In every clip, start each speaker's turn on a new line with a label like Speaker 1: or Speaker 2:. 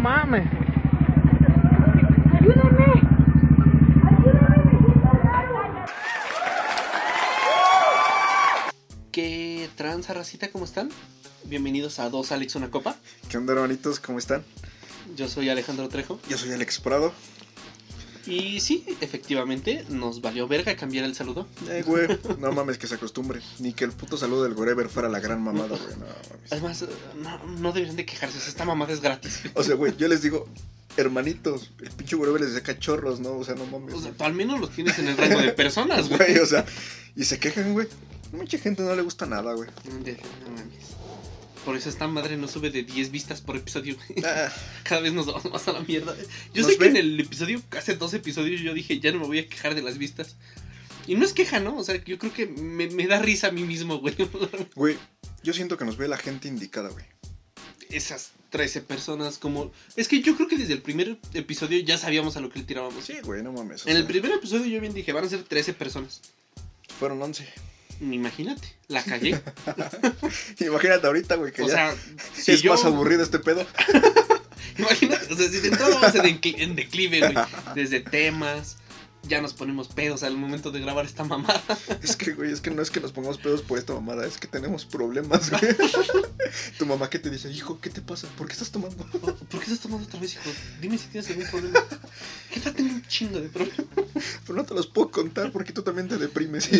Speaker 1: mames.
Speaker 2: ¡Ayúdenme! ¡Ayúdenme! ¡Me siento raro!
Speaker 3: ¿Qué tranza, racita? ¿Cómo están? Bienvenidos a Dos Alex Una Copa.
Speaker 4: ¿Qué onda, hermanitos? ¿Cómo están?
Speaker 3: Yo soy Alejandro Trejo.
Speaker 4: Yo soy Alex Prado.
Speaker 3: Y sí, efectivamente, nos valió verga cambiar el saludo.
Speaker 4: Eh, güey, no mames que se acostumbre. Ni que el puto saludo del Gorever fuera la gran mamada, güey. No mames.
Speaker 3: Además, eh, no, no deberían de quejarse, o sea, esta mamada es gratis.
Speaker 4: O sea, güey, yo les digo, hermanitos, el pinche Gorever les saca chorros, ¿no? O sea, no mames.
Speaker 3: O sea, tú al menos los tienes en el rango de personas, güey.
Speaker 4: güey, o sea, y se quejan, güey. Mucha gente no le gusta nada, güey.
Speaker 3: De- no mames. Por eso esta madre no sube de 10 vistas por episodio. güey.
Speaker 4: Ah,
Speaker 3: Cada vez nos vamos más a la mierda. Yo
Speaker 4: ¿Nos
Speaker 3: sé que
Speaker 4: ven?
Speaker 3: en el episodio, hace dos episodios, yo dije, ya no me voy a quejar de las vistas. Y no es queja, ¿no? O sea, yo creo que me, me da risa a mí mismo, güey.
Speaker 4: güey, yo siento que nos ve la gente indicada, güey.
Speaker 3: Esas 13 personas como... Es que yo creo que desde el primer episodio ya sabíamos a lo que le tirábamos. ¿eh?
Speaker 4: Sí, güey, no mames. o
Speaker 3: En el
Speaker 4: sea,
Speaker 3: primer episodio yo bien dije, van a ser 13 personas.
Speaker 4: Fueron 11.
Speaker 3: Imagínate, la cagué.
Speaker 4: Imagínate ahorita, güey, que
Speaker 3: o
Speaker 4: ya
Speaker 3: sea, si
Speaker 4: es
Speaker 3: yo-
Speaker 4: más aburrido este pedo.
Speaker 3: Imagínate, o sea, si de entrada vamos en, decli- en declive, güey. Desde temas, ya nos ponemos pedos al momento de grabar esta mamada.
Speaker 4: Es que, güey, es que no es que nos pongamos pedos por esta mamada, es que tenemos problemas, güey. tu mamá que te dice, hijo, ¿qué te pasa? ¿Por qué estás tomando?
Speaker 3: ¿Por por qué estás tomando otra vez, hijo? Dime si tienes algún problema. Que ya tengo un chingo de problemas.
Speaker 4: Pero no te los puedo contar porque tú también te deprimes. Y,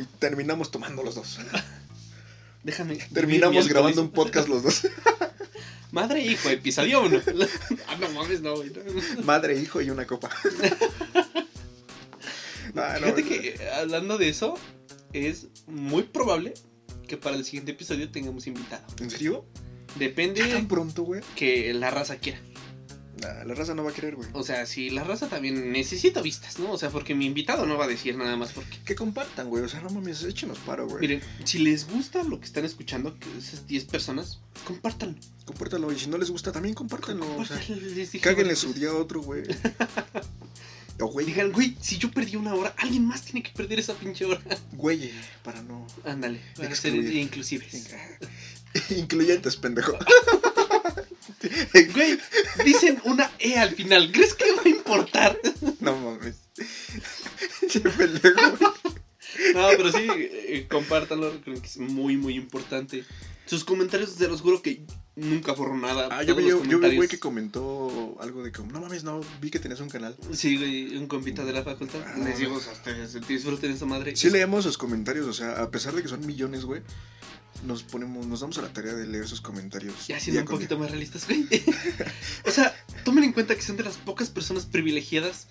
Speaker 4: y terminamos tomando los dos.
Speaker 3: Déjame. vivir mi
Speaker 4: Terminamos
Speaker 3: alcoholismo.
Speaker 4: grabando un podcast los dos.
Speaker 3: Madre, hijo, episodio 1. ah, no mames, no, güey. no.
Speaker 4: Madre, hijo y una copa. Ah, no,
Speaker 3: Fíjate
Speaker 4: güey.
Speaker 3: que eh, hablando de eso, es muy probable que para el siguiente episodio tengamos invitado.
Speaker 4: ¿En serio? ¿Ya
Speaker 3: Depende
Speaker 4: tan pronto, güey?
Speaker 3: que la raza quiera.
Speaker 4: Nah, la raza no va a querer, güey.
Speaker 3: O sea, si la raza también necesita vistas, ¿no? O sea, porque mi invitado no va a decir nada más porque.
Speaker 4: Que compartan, güey. O sea, no mames, échenos paro, güey.
Speaker 3: Miren, si les gusta lo que están escuchando, que esas 10 personas, compártanlo.
Speaker 4: Compártanlo. Y si no les gusta, también compártanlo. Ah, O sea,
Speaker 3: compártanlo les dije,
Speaker 4: cáguenle
Speaker 3: güey.
Speaker 4: su día a otro, güey. O,
Speaker 3: Y
Speaker 4: güey,
Speaker 3: digan, güey, si yo perdí una hora, alguien más tiene que perder esa pinche hora.
Speaker 4: güey, para no.
Speaker 3: Ándale, para ser
Speaker 4: Excluir.
Speaker 3: inclusives.
Speaker 4: Incluyentes, pendejo.
Speaker 3: Güey, dicen una E al final. ¿Crees que va a importar?
Speaker 4: No mames. Che, pendejo, güey.
Speaker 3: No, pero sí, eh, compártanlo. Creo que es muy, muy importante. Sus comentarios, se los juro que nunca borro nada.
Speaker 4: Ah, yo
Speaker 3: Todos
Speaker 4: vi,
Speaker 3: los
Speaker 4: yo vi un güey
Speaker 3: comentarios-
Speaker 4: que comentó algo de como, no mames, no, vi que tenías un canal.
Speaker 3: Sí, güey, un compita de la facultad.
Speaker 4: Ah,
Speaker 3: Les digo a ustedes, disfruten esa madre.
Speaker 4: Sí leemos sus comentarios, o sea, a pesar de que son millones, güey, nos ponemos, nos damos a la tarea de leer sus comentarios.
Speaker 3: Ya siendo
Speaker 4: día
Speaker 3: un
Speaker 4: con
Speaker 3: poquito más realistas, güey. o sea, tomen en cuenta que son de las pocas personas privilegiadas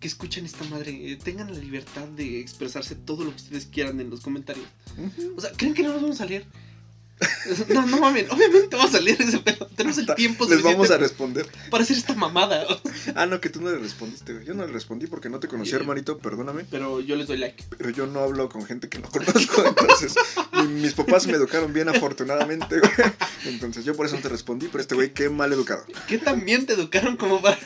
Speaker 3: que escuchan esta madre. Eh, tengan la libertad de expresarse todo lo que ustedes quieran en los comentarios.
Speaker 4: día. Ujú.
Speaker 3: O sea, ¿creen que no nos vamos a leer? No, no mamen, obviamente vamos a leer ese pedo. Tenemos el
Speaker 4: Hasta
Speaker 3: tiempo
Speaker 4: Les vamos
Speaker 3: suficiente
Speaker 4: a responder.
Speaker 3: para hacer esta mamada.
Speaker 4: Ah, no, que tú no le respondiste, güey. Yo no le respondí porque no te conocí,
Speaker 3: Bien.
Speaker 4: hermanito, perdóname.
Speaker 3: Pero yo les doy like.
Speaker 4: Pero yo no hablo con gente que no conozco, entonces. mi- mis papás me educaron bien, afortunadamente, güey. Entonces yo por eso no te respondí, pero este güey, qué mal educado.
Speaker 3: ¿Qué tan bien te educaron como para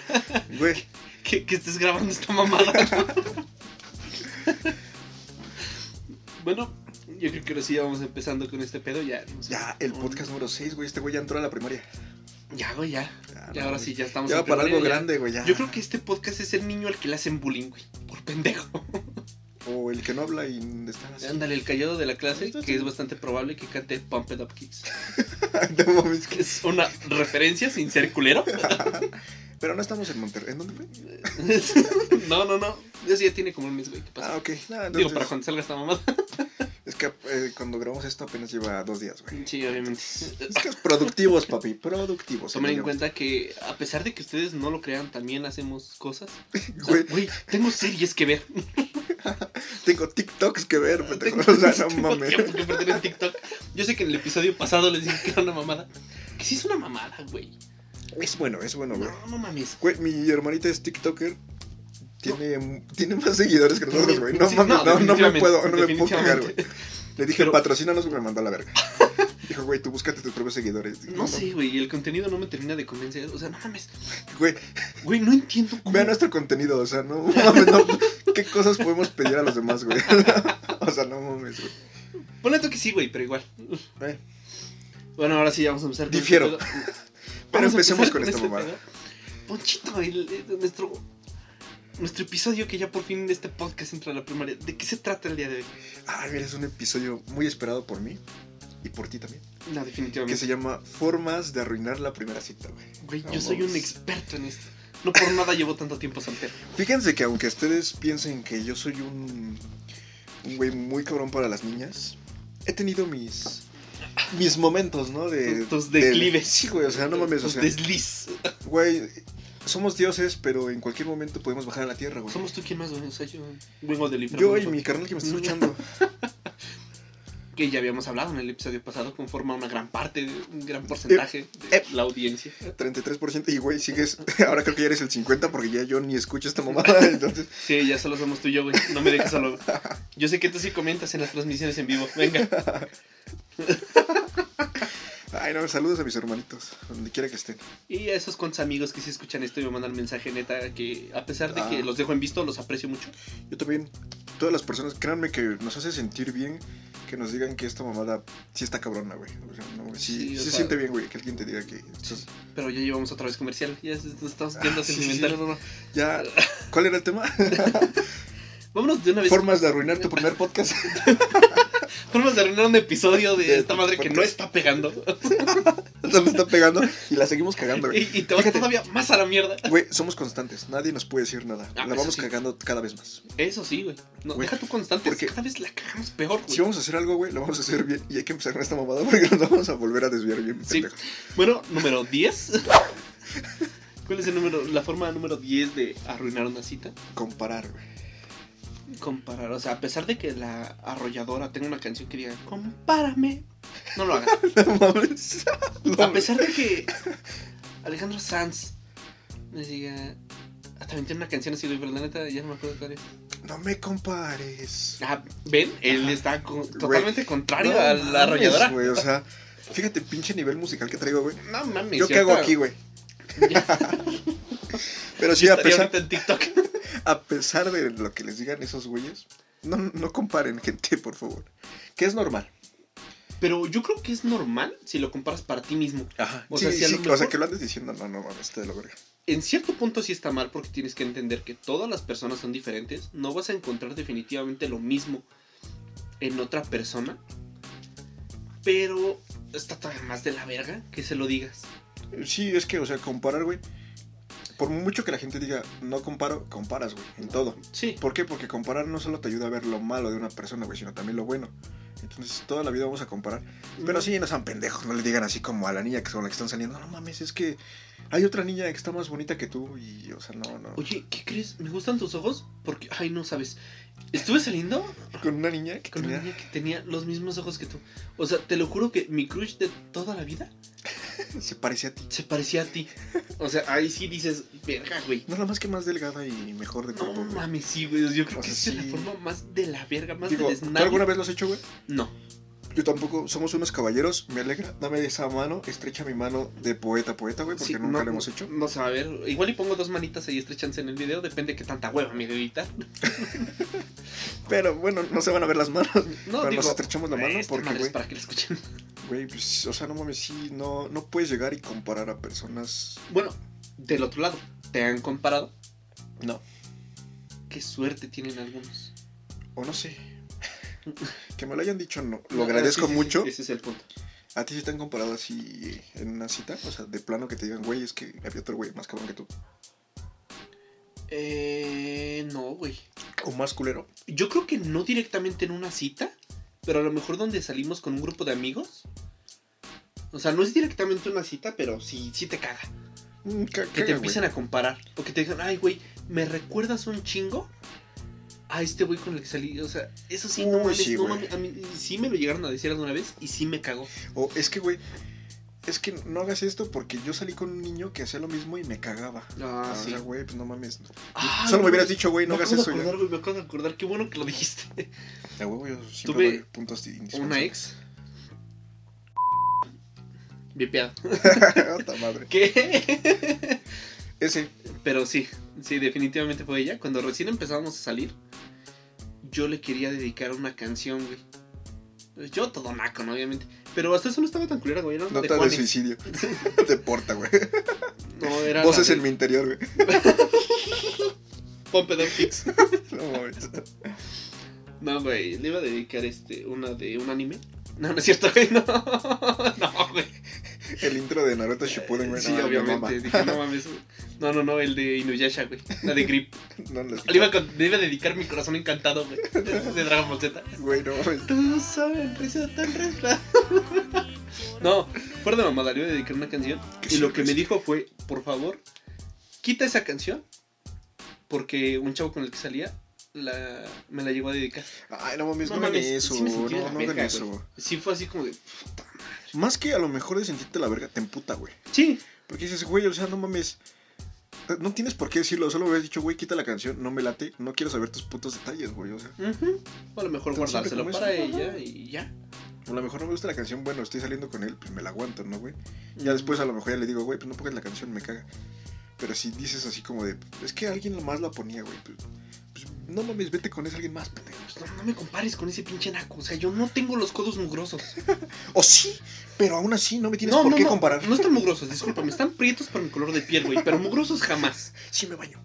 Speaker 4: Güey,
Speaker 3: que, que estés grabando esta mamada? bueno, yo creo que ahora sí ya vamos empezando con este pedo. Ya, dimos
Speaker 4: ya, el
Speaker 3: un-
Speaker 4: podcast número 6, güey. Este güey ya entró a la primaria.
Speaker 3: Ya, güey, ya.
Speaker 4: Ya,
Speaker 3: Ya,
Speaker 4: no,
Speaker 3: ahora
Speaker 4: güey.
Speaker 3: sí, ya estamos
Speaker 4: Ya
Speaker 3: en
Speaker 4: va para
Speaker 3: primaria,
Speaker 4: algo
Speaker 3: ya.
Speaker 4: grande, güey. Ya.
Speaker 3: Yo creo que este podcast es el niño al que le hacen bullying, güey. Por pendejo.
Speaker 4: O el que no habla y está así.
Speaker 3: Ándale, el callado de la clase,
Speaker 4: Esto
Speaker 3: que
Speaker 4: sí.
Speaker 3: es bastante probable que cante Pump It Up Kids.
Speaker 4: No mames,
Speaker 3: Que
Speaker 4: que-
Speaker 3: es una referencia sin ser culero.
Speaker 4: Pero no estamos en Monterrey. ¿En dónde fue?
Speaker 3: Pues, no, no, no. Eso ya tiene como un mes, güey. ¿Qué pasa?
Speaker 4: Ah, ok. No,
Speaker 3: Digo,
Speaker 4: entonces-
Speaker 3: para cuando salga esta mamada.
Speaker 4: Es que eh, cuando grabamos esto apenas lleva dos días, güey.
Speaker 3: Sí, obviamente.
Speaker 4: Es que es productivos, papi. Productivos.
Speaker 3: Tomen en
Speaker 4: amigos.
Speaker 3: cuenta que, a pesar de que ustedes no lo crean, también hacemos cosas. O sea,
Speaker 4: Güey,
Speaker 3: Güey, tengo series que ver.
Speaker 4: tengo TikToks que ver, pendejo.
Speaker 3: Tengo
Speaker 4: O sea, no
Speaker 3: tengo
Speaker 4: mames.
Speaker 3: tiempo que perder en TikTok. Yo sé que en el episodio pasado les dije que era una mamada. Que sí es una mamada, güey.
Speaker 4: Es bueno, es bueno, güey.
Speaker 3: No, no mames.
Speaker 4: Güey, mi hermanita es TikToker. Tiene, tiene más seguidores que nosotros, güey. No
Speaker 3: Sí,
Speaker 4: mames,
Speaker 3: no,
Speaker 4: no, no me
Speaker 3: definitivamente,
Speaker 4: puedo, no me puedo cagar, güey.
Speaker 3: definitivamente.
Speaker 4: Le dije,
Speaker 3: Pero-
Speaker 4: patrocínanos, güey, me mandó a la verga. Dijo, güey, tú búscate tus propios seguidores. Dije,
Speaker 3: No sé, güey, el contenido no me termina de convencer. O sea, no mames.
Speaker 4: Güey,
Speaker 3: Güey, no entiendo cómo.
Speaker 4: Vean nuestro contenido, o sea, no mames, no, ¿qué cosas podemos pedir a los demás, güey? o sea, no mames, güey.
Speaker 3: Ponle tú que sí, güey, pero igual.
Speaker 4: Eh,
Speaker 3: Bueno, ahora sí ya vamos a empezar. con
Speaker 4: Difiero.
Speaker 3: este pedo.
Speaker 4: Pero
Speaker 3: Vamos a
Speaker 4: empecemos
Speaker 3: empezar
Speaker 4: con esta mamada.
Speaker 3: tema. Ponchito, el- el- nuestro, nuestro episodio que ya por fin este podcast entra a la primaria. ¿De qué se trata el día de hoy?
Speaker 4: Ay, mira, es un episodio muy esperado por mí y por ti también.
Speaker 3: No,
Speaker 4: Que
Speaker 3: definitivamente.
Speaker 4: se llama Formas de arruinar la primera cita, güey.
Speaker 3: Güey, yo
Speaker 4: No
Speaker 3: soy un
Speaker 4: mames.
Speaker 3: experto en esto. No por nada llevo tanto tiempo soltero.
Speaker 4: Fíjense que aunque ustedes piensen que yo soy un, un güey muy cabrón para las niñas, he tenido mis mis momentos, ¿no? De,
Speaker 3: Tus- tus
Speaker 4: de-
Speaker 3: declives.
Speaker 4: Eh, sí, güey, o sea, no mames, o
Speaker 3: Los
Speaker 4: sea,
Speaker 3: desliz.
Speaker 4: güey, somos dioses, pero en cualquier momento podemos bajar a la tierra, güey.
Speaker 3: Somos tú quien más, güey. O sea, yo vengo del infierno.
Speaker 4: Yo y mi carnal que me está escuchando.
Speaker 3: Que ya habíamos hablado en el episodio pasado, conforma una gran parte, un gran porcentaje de
Speaker 4: eh.
Speaker 3: la audiencia.
Speaker 4: 33% y güey, sigues, ahora creo que ya eres el 50 porque ya yo ni escucho esta mamada, entonces
Speaker 3: Sí, ya solo somos tú y yo, güey. No me dejes solo. Yo sé que tú sí comentas en las transmisiones en vivo. Venga.
Speaker 4: Ay, no, saludos a mis hermanitos, donde quiera que estén.
Speaker 3: Y a esos cuantos amigos que sí escuchan esto y me mandan mensaje, neta, que a pesar de
Speaker 4: Ah.
Speaker 3: que los dejo en visto, los aprecio mucho.
Speaker 4: Yo también, todas las personas, créanme que nos hace sentir bien que nos digan que esta mamada sí está cabrona, güey. O sea, no, sí,
Speaker 3: Sí, o
Speaker 4: sí se
Speaker 3: sea-
Speaker 4: siente bien, güey, que alguien te diga que... esto es-
Speaker 3: Pero ya llevamos otra vez comercial. Ya se- nos estamos viendo
Speaker 4: Ah, sí,
Speaker 3: sentimental.
Speaker 4: sí, sí. Ya, ¿cuál era el tema?
Speaker 3: Vámonos de una vez.
Speaker 4: Formas de arruinar tu primer podcast.
Speaker 3: Formas de arruinar un episodio de
Speaker 4: De
Speaker 3: esta madre que
Speaker 4: podcast.
Speaker 3: no está pegando.
Speaker 4: nos está pegando y la seguimos cagando, güey.
Speaker 3: Y, y te vas
Speaker 4: Fíjate.
Speaker 3: todavía más a la mierda.
Speaker 4: Güey, somos constantes, nadie nos puede decir nada.
Speaker 3: Ah,
Speaker 4: la
Speaker 3: eso
Speaker 4: vamos
Speaker 3: sí.
Speaker 4: cagando cada vez más.
Speaker 3: Eso sí, güey. No,
Speaker 4: Güey,
Speaker 3: deja tu constante.
Speaker 4: porque-
Speaker 3: Cada vez la cagamos peor, güey.
Speaker 4: Si vamos a hacer algo, güey, lo vamos a hacer bien. Y hay que empezar con esta mamada porque nos vamos a volver a desviar bien,
Speaker 3: Sí.
Speaker 4: pendejo.
Speaker 3: Bueno, número 10. ¿Cuál es el número, la forma número 10 de arruinar una cita?
Speaker 4: Comparar, güey.
Speaker 3: Comparar, o sea, a pesar de que la arrolladora tenga una canción que diga, compárame, no lo hagas.
Speaker 4: No mames. No,
Speaker 3: A pesar de que Alejandro Sanz les diga, ah, también tiene una canción así, güey, pero la neta ya no me acuerdo cuál es.
Speaker 4: no me compares.
Speaker 3: Ah, ven, él
Speaker 4: Ajá.
Speaker 3: está co-
Speaker 4: Güey.
Speaker 3: totalmente contrario
Speaker 4: No
Speaker 3: a la
Speaker 4: mames,
Speaker 3: arrolladora.
Speaker 4: güey, o sea, fíjate, pinche nivel musical que traigo, güey.
Speaker 3: No mames.
Speaker 4: Yo
Speaker 3: si
Speaker 4: qué hago
Speaker 3: ahorita-
Speaker 4: aquí, güey.
Speaker 3: Ya
Speaker 4: Pero sí, a
Speaker 3: estaría
Speaker 4: pesar,
Speaker 3: ahorita en TikTok.
Speaker 4: a pesar de lo que les digan esos güeyes, no, no comparen, gente, por favor. Que es normal.
Speaker 3: Pero yo creo que es normal si lo comparas para ti mismo.
Speaker 4: Ajá.
Speaker 3: O
Speaker 4: sí,
Speaker 3: sea, si a
Speaker 4: sí,
Speaker 3: lo
Speaker 4: o sea,
Speaker 3: mejor-
Speaker 4: que lo andes diciendo, no, no mames, te lo verga.
Speaker 3: en cierto punto sí está mal porque tienes que entender que todas las personas son diferentes. No vas a encontrar definitivamente lo mismo en otra persona. Pero está todavía más de la verga que se lo digas.
Speaker 4: Sí, es que, o sea, comparar, güey. Por mucho que la gente diga, no comparo, comparas, güey, en todo.
Speaker 3: Sí.
Speaker 4: ¿Por qué? Porque comparar no solo te ayuda a ver lo malo de una persona, güey, sino también lo bueno. Entonces, toda la vida vamos a comparar. Pero
Speaker 3: Mm,
Speaker 4: sí, no sean pendejos, no le digan así como a la niña que con la que están saliendo, no mames, es que hay otra niña que está más bonita que tú y, o sea, no, no.
Speaker 3: Oye, ¿qué crees? ¿Me gustan tus ojos? Porque, ay, no sabes. Estuve saliendo
Speaker 4: Con una niña que
Speaker 3: con una
Speaker 4: tenía...
Speaker 3: niña que tenía los mismos ojos que tú. O sea, te lo juro que mi crush de toda la vida
Speaker 4: se parecía a ti.
Speaker 3: se parecía a ti. O sea, ahí sí dices, verga, güey.
Speaker 4: No, nada más que más delgada y mejor de
Speaker 3: No
Speaker 4: cuerpo. güey.
Speaker 3: mames, sí, güey. Yo creo
Speaker 4: O
Speaker 3: que
Speaker 4: sea,
Speaker 3: es de
Speaker 4: sí.
Speaker 3: la forma más de la verga, más
Speaker 4: Digo,
Speaker 3: del
Speaker 4: ¿tú
Speaker 3: snack.
Speaker 4: alguna vez lo has hecho, güey?
Speaker 3: No.
Speaker 4: Yo tampoco, somos unos caballeros, me alegra, dame esa mano, estrecha mi mano de poeta, poeta, güey, porque
Speaker 3: Sí,
Speaker 4: nunca
Speaker 3: no,
Speaker 4: lo hemos hecho.
Speaker 3: No se va a ver. Igual y pongo dos manitas ahí estrechándose en el video. Depende de qué tanta hueva me dedica.
Speaker 4: Pero bueno, no se van a ver las manos.
Speaker 3: No,
Speaker 4: pero
Speaker 3: digo.
Speaker 4: nos estrechamos la mano
Speaker 3: esta
Speaker 4: porque,
Speaker 3: madre es
Speaker 4: güey,
Speaker 3: para que la escuchen.
Speaker 4: güey, pues, o sea, no mames, sí, no, no puedes llegar y comparar a personas.
Speaker 3: Bueno, del otro lado, ¿te han comparado?
Speaker 4: No.
Speaker 3: Qué suerte tienen algunos.
Speaker 4: O no sé. Que me lo hayan dicho, no. Lo
Speaker 3: No,
Speaker 4: agradezco
Speaker 3: sí, sí, sí,
Speaker 4: mucho.
Speaker 3: ese es el punto.
Speaker 4: ¿A ti sí te han comparado así en una cita? O sea, de plano que te digan, güey, es que había otro güey más cabrón que tú.
Speaker 3: Eh. No, güey.
Speaker 4: O más culero.
Speaker 3: Yo creo que no directamente en una cita, pero a lo mejor donde salimos con un grupo de amigos. O sea, no es directamente una cita, pero sí, sí te caga.
Speaker 4: Mm, ca-
Speaker 3: Que
Speaker 4: caga,
Speaker 3: te
Speaker 4: güey.
Speaker 3: empiecen a comparar. O que te digan, ay, güey, ¿me recuerdas un chingo? A este güey con el que salí. O sea, eso sí, no
Speaker 4: Uy,
Speaker 3: mames,
Speaker 4: sí,
Speaker 3: no
Speaker 4: güey.
Speaker 3: mames. A mí sí me lo llegaron a decir alguna vez y sí me cagó.
Speaker 4: O es que, güey, es que no hagas esto porque yo salí con un niño que hacía lo mismo y me cagaba.
Speaker 3: Ah,
Speaker 4: o
Speaker 3: sí.
Speaker 4: sea, güey, pues no mames. no.
Speaker 3: Ah,
Speaker 4: Solo me
Speaker 3: güey,
Speaker 4: hubieras dicho, güey, no
Speaker 3: me
Speaker 4: hagas
Speaker 3: acabo
Speaker 4: eso.
Speaker 3: de
Speaker 4: y ya.
Speaker 3: acordar, güey, me acabo de acordar. Qué bueno que lo dijiste.
Speaker 4: Ah, güey, yo siempre
Speaker 3: Tuve
Speaker 4: doy puntos indispensables.
Speaker 3: Una ex. Vipeado.
Speaker 4: Otra madre.
Speaker 3: ¿Qué?
Speaker 4: Ese.
Speaker 3: Pero sí, sí, definitivamente fue ella. Cuando recién empezábamos a salir, yo le quería dedicar una canción, güey. Yo todo naco, ¿no? obviamente. Pero hasta eso no estaba tan culera, güey. Era de
Speaker 4: Nota de
Speaker 3: Juanes.
Speaker 4: suicidio. Te porta, güey.
Speaker 3: No, era
Speaker 4: Voces
Speaker 3: la
Speaker 4: en mi interior, güey.
Speaker 3: de Pompe Down Kicks.
Speaker 4: No mames.
Speaker 3: No, güey. Le iba a dedicar este, una de un anime. No, no es cierto, güey. No, no, güey.
Speaker 4: El intro de Naruto Shippuden, güey.
Speaker 3: sí,
Speaker 4: no, me mama.
Speaker 3: obviamente. Dije, no mames. güey. No, no, no, el de Inuyasha, güey. La de Grip.
Speaker 4: No, no,
Speaker 3: Le iba, a, con- le iba a dedicar mi corazón encantado, güey. De Dragon Ball Z.
Speaker 4: Güey, no mames.
Speaker 3: Tu sonrisa tan resplaz- No, fuera de mamada, le iba a dedicar una canción.
Speaker 4: Que
Speaker 3: Y lo que me
Speaker 4: sonrisa.
Speaker 3: dijo fue, por favor, quita esa canción. Porque un chavo con el que salía la, me la llegó a dedicar.
Speaker 4: Ay, no mames, Pues no, hagan
Speaker 3: mames,
Speaker 4: eso.
Speaker 3: sí me sentí de
Speaker 4: no,
Speaker 3: la
Speaker 4: no hagan
Speaker 3: verga,
Speaker 4: eso.
Speaker 3: güey. Sí fue así como de...
Speaker 4: Más que a lo mejor de sentirte la verga, te emputa, güey.
Speaker 3: Sí,
Speaker 4: Porque dices, güey, o sea, no mames. No tienes por qué decirlo, solo hubieras dicho, güey, quita la canción, no me late, no quiero saber tus putos detalles, güey. O sea,
Speaker 3: ujú, o a lo mejor
Speaker 4: Tan simple
Speaker 3: guardárselo
Speaker 4: como
Speaker 3: para
Speaker 4: eso.
Speaker 3: ella y ya.
Speaker 4: a lo mejor no me gusta la canción, bueno, estoy saliendo con él, pues me la aguanto, ¿no, güey?
Speaker 3: Mm.
Speaker 4: Ya después a lo mejor ya le digo, güey, pues no pongas la canción, me caga. Pero si dices así como de, es que alguien más la ponía, güey, pues, pues, no mames, vete con ese alguien más, pendejo.
Speaker 3: Pues No, no me compares con ese pinche naco. O sea, yo no tengo los codos mugrosos.
Speaker 4: O sí, pero aún así no me tienes
Speaker 3: no,
Speaker 4: por
Speaker 3: no,
Speaker 4: qué
Speaker 3: no,
Speaker 4: comparar.
Speaker 3: No están mugrosos, discúlpame. Están prietos por mi color de piel, güey. Pero mugrosos jamás.
Speaker 4: Sí me baño.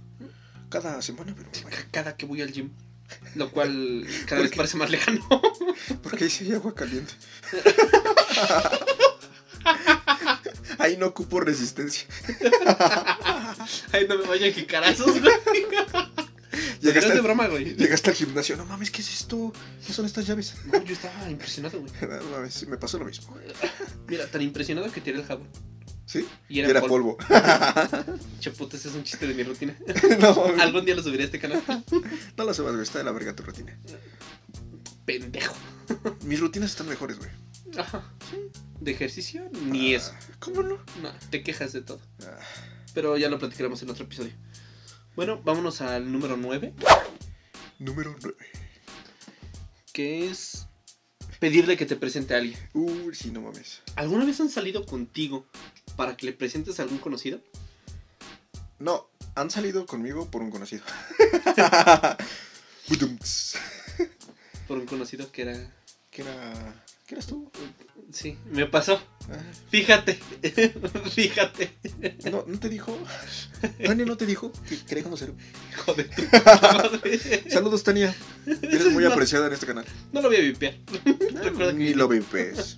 Speaker 4: Cada semana, pero me baño.
Speaker 3: ca- cada que voy al gym. Lo cual cada
Speaker 4: ¿Por
Speaker 3: vez
Speaker 4: qué?
Speaker 3: parece más lejano.
Speaker 4: Porque ahí sí hay agua caliente. ahí no ocupo resistencia.
Speaker 3: Ay, no me vayan jicarazos, güey. No
Speaker 4: Llegaste
Speaker 3: es de
Speaker 4: al,
Speaker 3: broma, güey.
Speaker 4: llegaste al gimnasio. No mames, ¿qué es esto? ¿Qué son estas llaves?
Speaker 3: No, yo estaba impresionado, güey.
Speaker 4: No mames, sí, me pasó lo mismo. güey.
Speaker 3: Mira, tan impresionado que tiré el jabón.
Speaker 4: ¿Sí?
Speaker 3: Y
Speaker 4: Y
Speaker 3: era,
Speaker 4: era
Speaker 3: polvo.
Speaker 4: polvo.
Speaker 3: Che, puta, ese es un chiste de mi rutina.
Speaker 4: no, mames.
Speaker 3: Algún día lo subiré a este canal.
Speaker 4: no lo subas, güey. Está de la verga tu rutina.
Speaker 3: Pendejo.
Speaker 4: Mis rutinas están mejores, güey.
Speaker 3: Ajá. De ejercicio, ni
Speaker 4: Ah,
Speaker 3: eso.
Speaker 4: ¿Cómo no?
Speaker 3: No, te quejas de todo.
Speaker 4: Ah,
Speaker 3: Pero ya lo platicaremos en otro episodio. Bueno, vámonos al número 9,
Speaker 4: número 9.
Speaker 3: que es pedirle que te presente a alguien.
Speaker 4: Uy, sí, no mames.
Speaker 3: ¿Alguna vez han salido contigo para que le presentes a algún conocido?
Speaker 4: No, han salido conmigo por un conocido. Budumts.
Speaker 3: por un conocido que era.
Speaker 4: ¿Qué era? ¿Qué eras tú?
Speaker 3: Sí, me pasó.
Speaker 4: Ah.
Speaker 3: Fíjate, fíjate.
Speaker 4: No, no te dijo. Tania no te dijo que quería conocer.
Speaker 3: Hijo de tu puta madre.
Speaker 4: Saludos, Tania. Eres muy apreciada en este canal.
Speaker 3: No lo voy a vipear. Recuerda que-
Speaker 4: Ni lo vipes.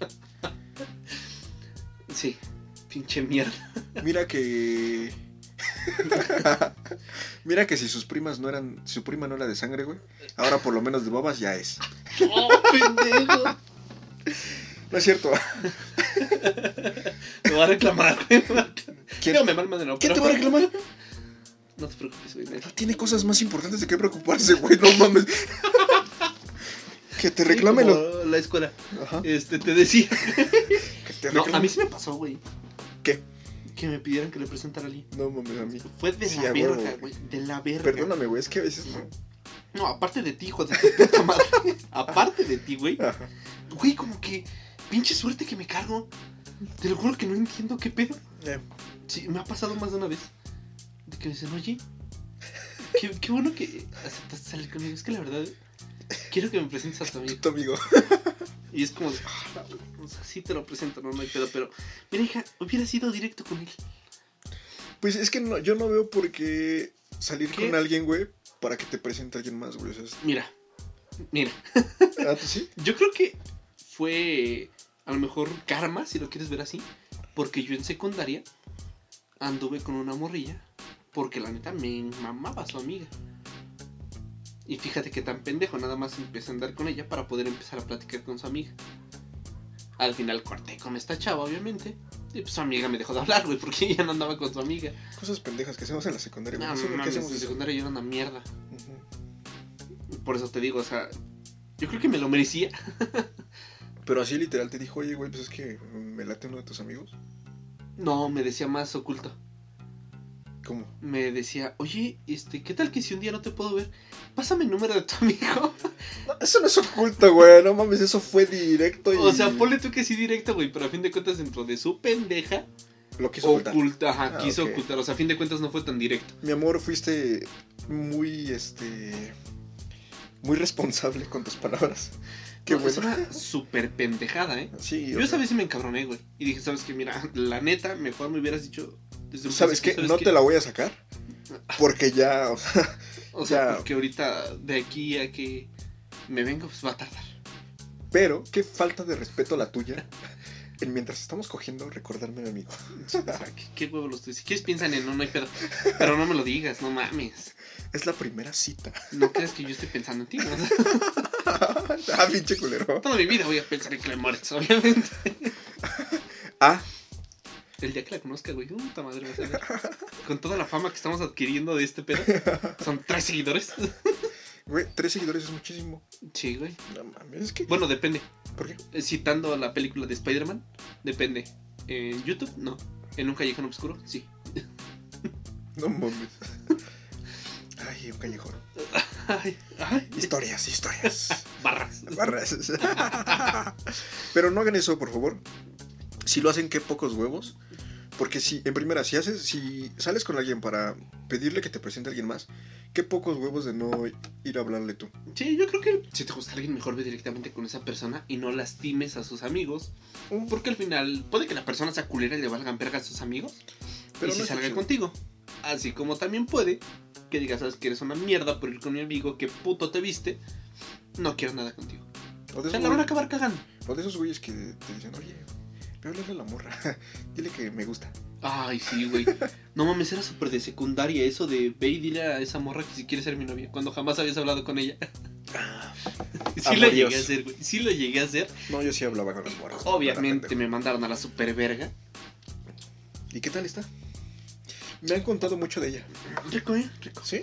Speaker 3: Sí, pinche mierda.
Speaker 4: Mira que. Mira que si sus primas no eran. Su prima no era de sangre, güey. Ahora por lo menos de babas ya es.
Speaker 3: Oh, pendejo.
Speaker 4: No es cierto.
Speaker 3: Me va a reclamar.
Speaker 4: ¿Quién,
Speaker 3: No, me mal madre, no.
Speaker 4: ¿quién te
Speaker 3: pero-
Speaker 4: va a reclamar?
Speaker 3: No te preocupes, güey.
Speaker 4: No tiene cosas más importantes de qué preocuparse, güey. No mames. Que te reclame
Speaker 3: Sí,
Speaker 4: lo.
Speaker 3: como La escuela.
Speaker 4: Ajá.
Speaker 3: Este, te decía.
Speaker 4: Que te
Speaker 3: No,
Speaker 4: reclame.
Speaker 3: a mí sí me pasó, güey.
Speaker 4: ¿Qué?
Speaker 3: Que me pidieran que le presentara a alguien.
Speaker 4: No mames, a mí.
Speaker 3: Fue de
Speaker 4: Sí,
Speaker 3: la
Speaker 4: a huevo,
Speaker 3: verga,
Speaker 4: güey.
Speaker 3: güey. De la verga.
Speaker 4: Perdóname, güey. Es que a veces no.
Speaker 3: No, aparte de ti, hijo de tu puta madre. aparte de ti, güey.
Speaker 4: Ajá.
Speaker 3: Güey, como que pinche suerte que me cargo. Te lo juro que no entiendo qué pedo.
Speaker 4: Eh,
Speaker 3: Sí, me ha pasado más de una vez. De que me dicen, oye, qué, qué bueno que aceptaste salir conmigo. Es que la verdad, quiero que me presentes a tu amigo.
Speaker 4: tu amigo.
Speaker 3: Y es como, de, "Ah, la verga, o sea, sí te lo presento, no, no hay pedo. Pero, mira, hija, hubiera sido directo con él.
Speaker 4: Pues es que no, yo no veo por qué salir
Speaker 3: ¿Qué?
Speaker 4: con alguien, güey, para que te presente alguien más, güey. O sea, es-
Speaker 3: Mira, mira,
Speaker 4: ah, pues sí.
Speaker 3: yo creo que fue a lo mejor karma, si lo quieres ver así. Porque yo en secundaria anduve con una morrilla. Porque la neta me mamaba su amiga. Y fíjate que tan pendejo, nada más empecé a andar con ella para poder empezar a platicar con su amiga. Al final corté con esta chava, obviamente. Y pues su amiga me dejó de hablar, güey, porque ella no andaba con su amiga.
Speaker 4: Cosas pendejas que hacemos en la secundaria, güey.
Speaker 3: No,
Speaker 4: No sé por pues, qué
Speaker 3: mames, en
Speaker 4: hacemos eso.
Speaker 3: secundaria yo era una mierda.
Speaker 4: Ujú.
Speaker 3: Por eso te digo, o sea, yo creo que me lo merecía.
Speaker 4: Pero así literal te dijo, oye, güey, pues es que me late uno de tus amigos.
Speaker 3: No, me decía más oculto.
Speaker 4: ¿Cómo?
Speaker 3: me decía, oye, este, ¿qué tal que si un día no te puedo ver? Pásame el número de tu amigo.
Speaker 4: No, eso no es oculto, güey. No mames, eso fue directo y.
Speaker 3: O sea, ponle tú que sí directo, güey, pero a fin de cuentas dentro de su pendeja
Speaker 4: Lo quiso ocultar.
Speaker 3: oculta, ajá,
Speaker 4: Ah,
Speaker 3: quiso
Speaker 4: ok.
Speaker 3: ocultar. O sea, a fin de cuentas no fue tan directo.
Speaker 4: Mi amor, fuiste muy, este. Muy responsable con tus palabras. Qué
Speaker 3: No, Es
Speaker 4: bueno.
Speaker 3: una super pendejada, ¿eh?
Speaker 4: Sí, o
Speaker 3: Yo
Speaker 4: sea,
Speaker 3: esa vez sí me encabroné, güey. Y dije, ¿sabes qué? Mira, la neta, mejor me hubieras dicho. Desde un
Speaker 4: ¿Sabes qué?
Speaker 3: principio,
Speaker 4: No te la voy a sacar. Porque ya, o sea,
Speaker 3: O sea,
Speaker 4: ya.
Speaker 3: porque ahorita de aquí a que me venga, pues va a tardar.
Speaker 4: pero qué falta de respeto la tuya. En mientras estamos cogiendo, recordarme mi amigo.
Speaker 3: O sea, ¿qué, qué huevo los tuyos? Si quieres, piensan en no, no hay pedo. Pero no me lo digas, no mames.
Speaker 4: Es la primera cita.
Speaker 3: No creas que yo estoy pensando en ti, ¿no?
Speaker 4: ah, pinche culero.
Speaker 3: Toda mi vida voy a pensar en Clay Moritz, obviamente.
Speaker 4: Ah,
Speaker 3: El día que la conozca, güey, puta madre, vas a ver. Con toda la fama que estamos adquiriendo de este pedo, son tres seguidores.
Speaker 4: güey, tres seguidores es muchísimo.
Speaker 3: Sí, güey.
Speaker 4: No mames, es que.
Speaker 3: Bueno, depende.
Speaker 4: ¿Por qué?
Speaker 3: Eh, Citando la película de Spider-Man, depende. En YouTube, no. En un callejón oscuro, sí.
Speaker 4: No mames. Ay, un callejón.
Speaker 3: Ay, ay.
Speaker 4: Historias, historias.
Speaker 3: Barras.
Speaker 4: Barras. Pero no hagan eso, por favor. Si lo hacen, qué pocos huevos. Porque si, en primera, si haces, si sales con alguien para pedirle que te presente a alguien más, qué pocos huevos de no ir a hablarle tú.
Speaker 3: Sí, yo creo que si te gusta alguien, mejor ve directamente con esa persona y no lastimes a sus amigos. Porque al final, puede que la persona sea culera y le valgan verga a sus amigos.
Speaker 4: Pero
Speaker 3: y
Speaker 4: no
Speaker 3: si
Speaker 4: es
Speaker 3: salga
Speaker 4: chido.
Speaker 3: contigo. Así como también puede que digas, sabes que eres una mierda por ir con mi amigo, que puto te viste. No quiero nada contigo.
Speaker 4: O de
Speaker 3: O sea,
Speaker 4: esos
Speaker 3: la van a
Speaker 4: güeyes-
Speaker 3: acabar cagando.
Speaker 4: o de esos güeyes que te dicen, oye, ve a hablarle a la morra. Dile que me gusta.
Speaker 3: Ay, sí, güey. No mames, era súper de secundaria eso de ve y dile a esa morra que si quiere ser mi novia, cuando jamás habías hablado con ella. Sí lo
Speaker 4: Ah, Amor
Speaker 3: llegué a
Speaker 4: Dios.
Speaker 3: hacer, güey. Sí lo llegué a hacer.
Speaker 4: No, yo sí hablaba con las morras.
Speaker 3: Obviamente me mandaron a la super verga.
Speaker 4: ¿Y qué tal está? Me han contado mucho de ella.
Speaker 3: Rico, ¿eh? Rico.
Speaker 4: ¿Sí?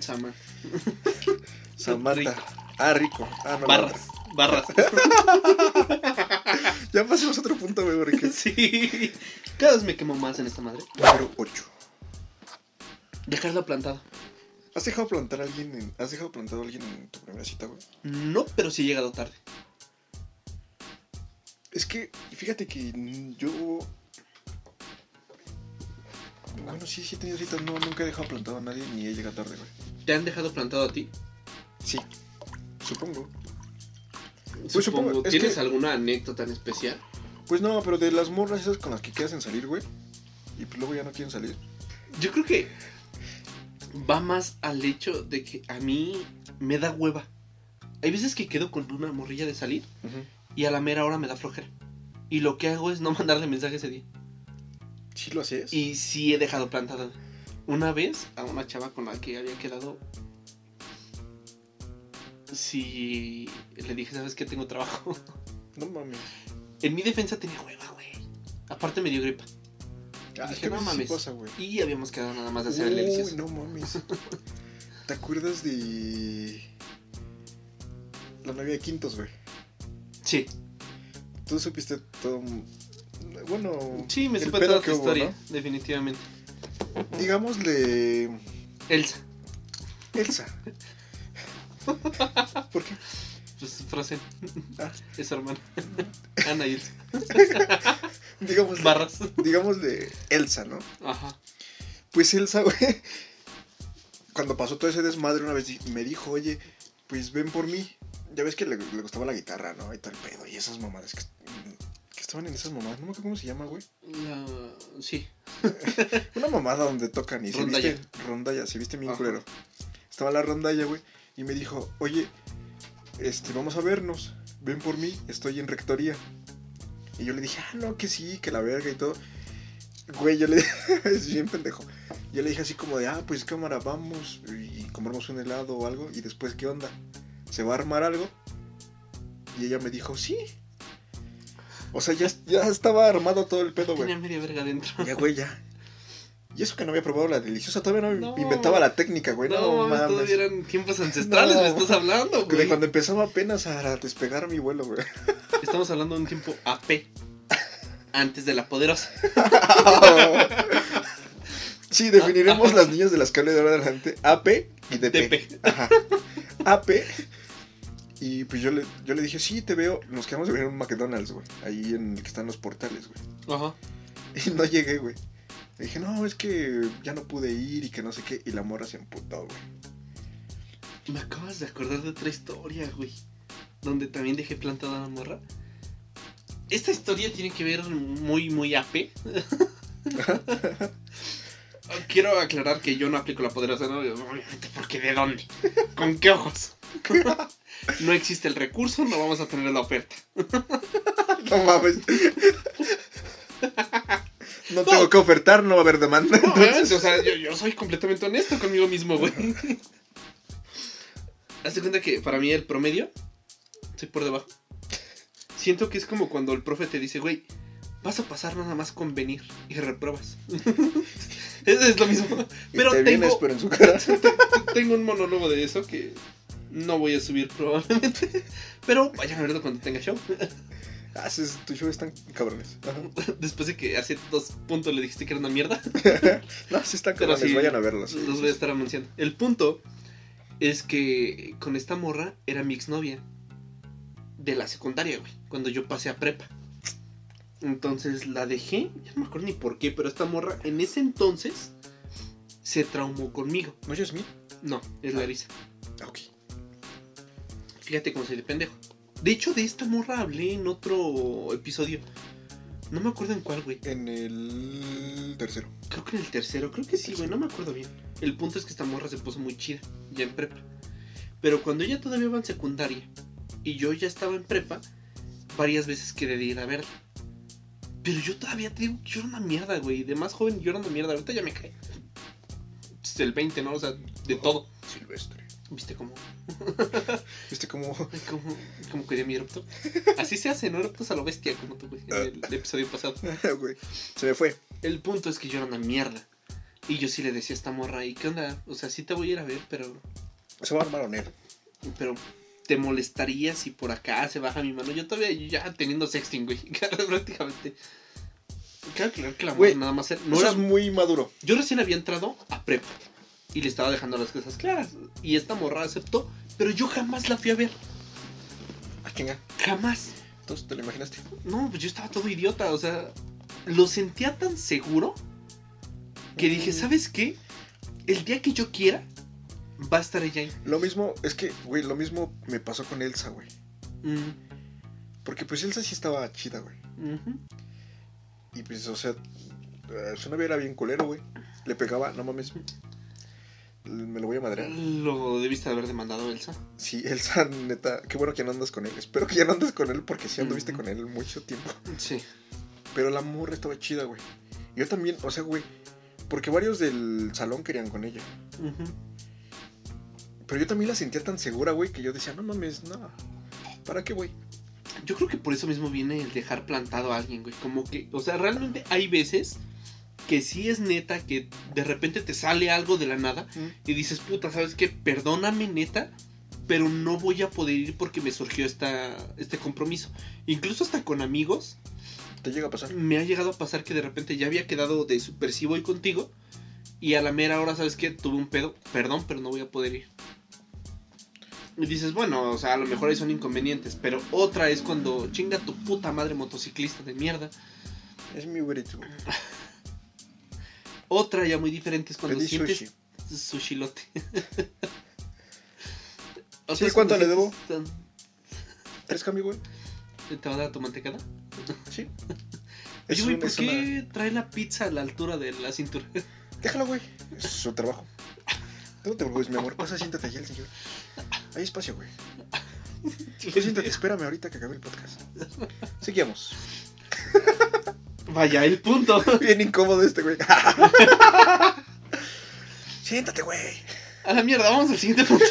Speaker 3: Sama.
Speaker 4: Samantha. Ah, rico. Ah, no, la otra.
Speaker 3: Barras. Barras.
Speaker 4: Ya pasemos a otro punto, güey, porque
Speaker 3: sí. Cada vez me quemo más en esta madre.
Speaker 4: Número 8.
Speaker 3: Dejarlo plantado.
Speaker 4: ¿Has dejado plantar a alguien en, ¿Has dejado plantado a alguien en tu primera cita, güey?
Speaker 3: No, pero sí he llegado tarde.
Speaker 4: Es que, fíjate que mm, yo. Bueno, sí, sí he tenido citas. No, nunca he dejado plantado a nadie ni he llegado tarde, güey.
Speaker 3: ¿Te han dejado plantado a ti?
Speaker 4: Sí. Supongo.
Speaker 3: supongo.
Speaker 4: Pues supongo, es
Speaker 3: ¿Tienes
Speaker 4: que-
Speaker 3: alguna anécdota en especial?
Speaker 4: Pues no, pero de las morras esas con las que quedas en salir, güey. Y pues luego ya no quieren salir.
Speaker 3: Yo creo que va más al hecho de que a mí me da hueva. Hay veces que quedo con una morrilla de salir y a la mera hora me da flojera. Y lo que hago es no mandarle mensaje ese día.
Speaker 4: Sí lo haces.
Speaker 3: Y sí he dejado plantada una vez a una chava con la que había quedado. Si le dije, ¿sabes qué? Tengo trabajo.
Speaker 4: No mames.
Speaker 3: En mi defensa tenía hueva, güey. Aparte me dio gripa.
Speaker 4: Ah,
Speaker 3: dije,
Speaker 4: es que
Speaker 3: no
Speaker 4: no
Speaker 3: mames.
Speaker 4: mames. pasa, güey.
Speaker 3: Y habíamos quedado nada más de hacer el
Speaker 4: Uy,
Speaker 3: delicioso.
Speaker 4: no mames. ¿Te acuerdas de. La novia de Quintos, güey?
Speaker 3: Sí,
Speaker 4: Tú supiste todo. Bueno.
Speaker 3: sí, me
Speaker 4: el
Speaker 3: supe
Speaker 4: pedo
Speaker 3: toda tu
Speaker 4: que hubo,
Speaker 3: historia, definitivamente.
Speaker 4: ¿no? Digámosle.
Speaker 3: Elsa,
Speaker 4: Elsa. ¿Por qué?
Speaker 3: pues Frozen,
Speaker 4: Ah.
Speaker 3: es su hermana. Ana y Elsa.
Speaker 4: Digámosle.
Speaker 3: Barras.
Speaker 4: Digámosle Elsa, ¿no?
Speaker 3: Ajá.
Speaker 4: Pues Elsa, güey. Cuando pasó todo ese desmadre, una vez di- me dijo, oye, pues ven por mí. Ya ves que le, le gustaba la guitarra, ¿no? Y tal pedo. Y esas mamadas que, que estaban en esas mamadas. No me acuerdo cómo se llama, güey.
Speaker 3: La... Sí.
Speaker 4: Una mamada donde tocan y
Speaker 3: Rondalla.
Speaker 4: se visten rondalla, se viste bien
Speaker 3: Ajá.
Speaker 4: culero. Estaba la rondalla, güey, y me dijo, "Oye, este, vamos a vernos. Ven por mí, estoy en rectoría." Y yo le dije, "Ah, no, que sí, que la verga y todo." Güey, yo le es bien pendejo. Yo le dije así como de, "Ah, pues cámara, vamos y compramos un helado o algo y después qué onda? ¿Se va a armar algo?" Y ella me dijo, "Sí." O sea, ya, ya estaba armado todo el pedo, güey.
Speaker 3: Tenía media verga adentro.
Speaker 4: Ya, güey, ya. Y eso que no había probado la deliciosa, todavía no,
Speaker 3: No.
Speaker 4: inventaba la técnica, güey. No,
Speaker 3: No, mames,
Speaker 4: mames.
Speaker 3: todavía eran tiempos ancestrales,
Speaker 4: No.
Speaker 3: me estás hablando,
Speaker 4: De
Speaker 3: güey.
Speaker 4: cuando empezaba apenas a despegar mi vuelo, güey.
Speaker 3: Estamos hablando de un tiempo AP. Antes de la poderosa.
Speaker 4: sí, definiremos las niñas de las que hablé de ahora en adelante. AP y DP.
Speaker 3: TP.
Speaker 4: Ajá. AP. Y pues yo le, yo le dije, sí, te veo. Nos quedamos de ver en un McDonald's, güey. Ahí en el que están los portales, güey.
Speaker 3: Ajá.
Speaker 4: Y no llegué, güey. Le dije, no, es que ya no pude ir y que no sé qué. Y la morra se emputó, güey.
Speaker 3: Me acabas de acordar de otra historia, güey. donde también dejé plantada a la morra. Esta historia tiene que ver muy, muy AP. Quiero aclarar que yo no aplico la poderosa novia, obviamente, porque ¿de dónde? ¿Con qué ojos? No existe el recurso, no vamos a tener la oferta.
Speaker 4: No mames. No tengo que ofertar, no va a haber demanda.
Speaker 3: No,
Speaker 4: entonces.
Speaker 3: obviamente, o sea, yo, yo soy completamente honesto conmigo mismo, güey. Hazte cuenta que para mí el promedio, estoy por debajo. Siento que es como cuando el profe te dice, güey, vas a pasar nada más con venir y repruebas. Eso es lo mismo.
Speaker 4: Y
Speaker 3: Pero
Speaker 4: te vienes,
Speaker 3: tengo,
Speaker 4: pero en su cara.
Speaker 3: tengo un monólogo de eso que no voy a subir probablemente. Pero vayan a verlo cuando tenga show.
Speaker 4: Haces ah, tu show, están cabrones. Ajá.
Speaker 3: Después de que hace dos puntos le dijiste que era una mierda.
Speaker 4: No, sí están
Speaker 3: Pero
Speaker 4: cabrones,
Speaker 3: sí,
Speaker 4: vayan a verlos.
Speaker 3: Los voy a estar anunciando. El punto es que con esta morra era mi exnovia de la secundaria, güey, cuando yo pasé a prepa. Entonces la dejé, ya no me acuerdo ni por qué, pero esta morra en ese entonces se traumó conmigo.
Speaker 4: ¿No es mí?
Speaker 3: No, es Larisa.
Speaker 4: Ok.
Speaker 3: Fíjate cómo soy de pendejo. De hecho, de esta morra hablé en otro episodio. No me acuerdo en cuál, güey.
Speaker 4: En el tercero.
Speaker 3: Creo que en el tercero, creo que sí, güey, no me acuerdo bien. El punto es que esta morra se puso muy chida, ya en prepa. Pero cuando ella todavía va en secundaria y yo ya estaba en prepa, varias veces quería ir a verla. Pero yo todavía te digo, yo era una mierda, güey. De más joven yo era una mierda, ahorita ya me cae. Pues, El 20, ¿no? O sea, de todo.
Speaker 4: Silvestre.
Speaker 3: ¿Viste cómo?
Speaker 4: ¿Viste cómo?
Speaker 3: Ay, ¿Cómo, cómo cuidé mi erupto? Así se hace, ¿no? Eruptos a lo bestia, como tú, güey, en el episodio pasado.
Speaker 4: güey, Se me fue.
Speaker 3: El punto es que yo era una mierda. Y yo sí le decía a esta morra, ¿y qué onda? O sea, sí te voy a ir a ver, pero,
Speaker 4: Se va a armar Onel.
Speaker 3: pero te molestaría si por acá se baja mi mano. Yo todavía ya teniendo sexting, güey. Prácticamente. Claro, claro que la morra
Speaker 4: Güey,
Speaker 3: nada más era-
Speaker 4: No
Speaker 3: no
Speaker 4: eres
Speaker 3: era-
Speaker 4: muy maduro.
Speaker 3: Yo recién había entrado a prepa. Y le estaba dejando las cosas claras. Y esta morra aceptó, pero yo jamás la fui a ver.
Speaker 4: Ah, chinga.
Speaker 3: Jamás.
Speaker 4: Entonces te lo imaginaste.
Speaker 3: No, pues yo estaba todo idiota, o sea, lo sentía tan seguro que dije, ¿sabes qué? El día que yo quiera, va a estar ella ahí.
Speaker 4: Lo mismo, es que, güey, lo mismo me pasó con Elsa, güey.
Speaker 3: Mm,
Speaker 4: Porque pues Elsa sí estaba chida, güey.
Speaker 3: ujú.
Speaker 4: Y pues, o sea, eh, su novia era bien culero, güey. Le pegaba, no mames. Me lo voy a madrear.
Speaker 3: Lo debiste haber demandado, Elsa.
Speaker 4: Sí, Elsa, neta, qué bueno que no andas con él. Espero que ya no andas con él porque sí anduviste
Speaker 3: Ujú.
Speaker 4: con él mucho tiempo.
Speaker 3: Sí.
Speaker 4: Pero la morra estaba chida, güey. Yo también, o sea, güey. Porque varios del salón querían con ella.
Speaker 3: ujú.
Speaker 4: Pero yo también la sentía tan segura, güey, que yo decía, no mames, no. ¿Para qué, güey?
Speaker 3: Yo creo que por eso mismo viene el dejar plantado a alguien, güey. Como que, o sea, realmente hay veces que sí es neta que de repente te sale algo de la nada y dices, puta, ¿sabes qué? Perdóname, neta, pero no voy a poder ir porque me surgió esta, este compromiso. Incluso hasta con amigos,
Speaker 4: Te llega a pasar.
Speaker 3: me ha llegado a pasar que de repente ya había quedado de supersivo y contigo, y a la mera hora, ¿sabes qué? Tuve un pedo, perdón, pero no voy a poder ir. Y dices, bueno, o sea, a lo mejor ahí son inconvenientes, pero otra es cuando chinga tu puta madre motociclista de mierda.
Speaker 4: Es mi güerito.
Speaker 3: Otra ya muy diferente es cuando
Speaker 4: Pedí
Speaker 3: sientes
Speaker 4: sushi.
Speaker 3: su chilote. O
Speaker 4: Sí,
Speaker 3: es
Speaker 4: ¿cuánto
Speaker 3: como
Speaker 4: le debo?
Speaker 3: sientes tan-
Speaker 4: ¿Tres cambio, güey?
Speaker 3: ¿Te va a dar tu mantecada?
Speaker 4: Sí.
Speaker 3: Oye,
Speaker 4: Es
Speaker 3: güey,
Speaker 4: un-
Speaker 3: ¿por
Speaker 4: es una-
Speaker 3: qué trae la pizza a la altura de la cintura?
Speaker 4: Déjalo, güey. Es su trabajo. No te preocupes, mi amor. Pasa, siéntate allá, el señor. Hay espacio, güey. Tú siéntate, espérame ahorita que acabe el podcast. Seguimos.
Speaker 3: Vaya, el punto.
Speaker 4: Bien incómodo este, güey. siéntate, güey.
Speaker 3: A la mierda, vamos al siguiente punto.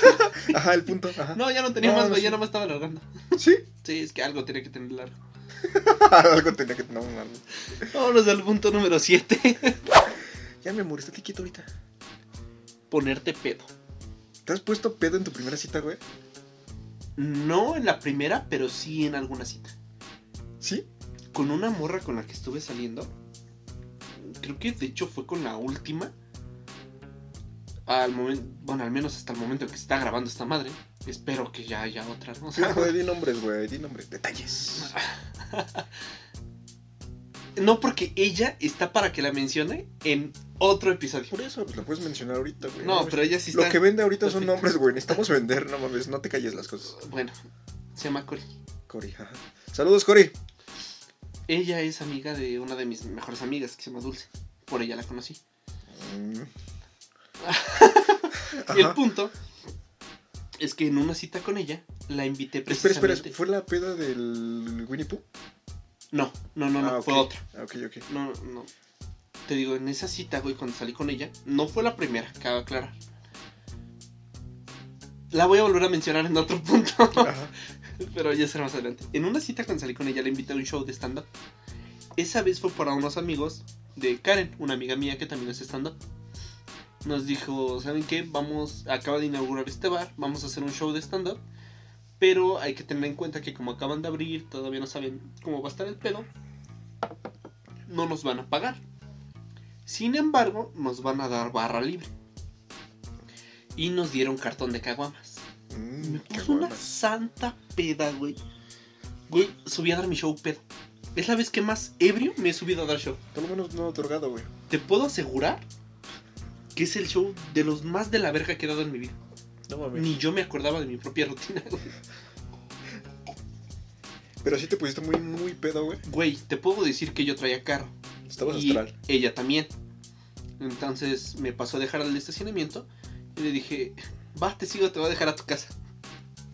Speaker 4: Ajá, el punto. Ajá.
Speaker 3: No, ya no tenía
Speaker 4: No,
Speaker 3: más,
Speaker 4: no
Speaker 3: güey,
Speaker 4: sé.
Speaker 3: ya nada más estaba alargando.
Speaker 4: ¿Sí?
Speaker 3: Sí, es que algo tenía que tener largo.
Speaker 4: Algo tenía que... No, no, no.
Speaker 3: Vámonos al punto número 7.
Speaker 4: Ya, mi amor, estate quieto ahorita.
Speaker 3: Ponerte pedo.
Speaker 4: ¿Te has puesto pedo en tu primera cita, güey?
Speaker 3: No en la primera, pero sí en alguna cita.
Speaker 4: ¿Sí?
Speaker 3: Con una morra con la que estuve saliendo. Creo que de hecho fue con la última. Al momento, bueno, al menos hasta el momento que se está grabando esta madre. Espero que ya haya otra, ¿no? O
Speaker 4: Sí,
Speaker 3: sea,
Speaker 4: güey, di nombres, güey, di nombres. Detalles.
Speaker 3: No, porque ella está para que la mencione en otro episodio.
Speaker 4: Por eso, pues lo puedes mencionar ahorita, güey.
Speaker 3: No,
Speaker 4: mames.
Speaker 3: pero ella sí
Speaker 4: Lo
Speaker 3: está.
Speaker 4: que vende ahorita son
Speaker 3: Perfecto.
Speaker 4: nombres, güey. Necesitamos vender, no mames. No te calles las cosas.
Speaker 3: Bueno, Se llama Cory.
Speaker 4: Cori, ajá. Saludos, Cori.
Speaker 3: Ella es amiga de una de mis mejores amigas que se llama Dulce. Por ella la conocí.
Speaker 4: Mm.
Speaker 3: Y el
Speaker 4: Ajá.
Speaker 3: punto es que en una cita con ella la invité
Speaker 4: Espera,
Speaker 3: precisamente.
Speaker 4: espera, ¿fue la peda del Winnie Pooh?
Speaker 3: No, no, no, no,
Speaker 4: Ah, ok.
Speaker 3: fue otra.
Speaker 4: Ah, ok, ok.
Speaker 3: No, no, no. Te digo, en esa cita, güey, cuando salí con ella, no fue la primera, cabe aclarar. La voy a volver a mencionar en otro punto,
Speaker 4: Ajá.
Speaker 3: pero ya será más adelante. En una cita cuando salí con ella, la invité a un show de stand-up. Esa vez fue para unos amigos de Karen, una amiga mía que también es stand-up. Nos dijo, ¿saben qué? Vamos, acaba de inaugurar este bar, vamos a hacer un show de stand-up. Pero hay que tener en cuenta que como acaban de abrir, todavía no saben cómo va a estar el pedo. No nos van a pagar. Sin embargo, nos van a dar barra libre. Y nos dieron cartón de caguamas.
Speaker 4: Mm,
Speaker 3: Me
Speaker 4: qué
Speaker 3: puso una
Speaker 4: buena.
Speaker 3: santa peda, güey. Güey, subí a dar mi show pedo. Es la vez que más ebrio me he subido a dar show.
Speaker 4: Por lo menos no otorgado, güey.
Speaker 3: Te puedo asegurar que es el show de los más de la verga que he dado en mi vida.
Speaker 4: No mames.
Speaker 3: Ni yo me acordaba de mi propia rutina, güey.
Speaker 4: Pero sí te pusiste muy, muy pedo, güey.
Speaker 3: Güey, te puedo decir que yo traía carro.
Speaker 4: Estabas
Speaker 3: y
Speaker 4: astral.
Speaker 3: ella también. Entonces me pasó a dejar al estacionamiento y le dije, va, te sigo, te voy a dejar a tu casa.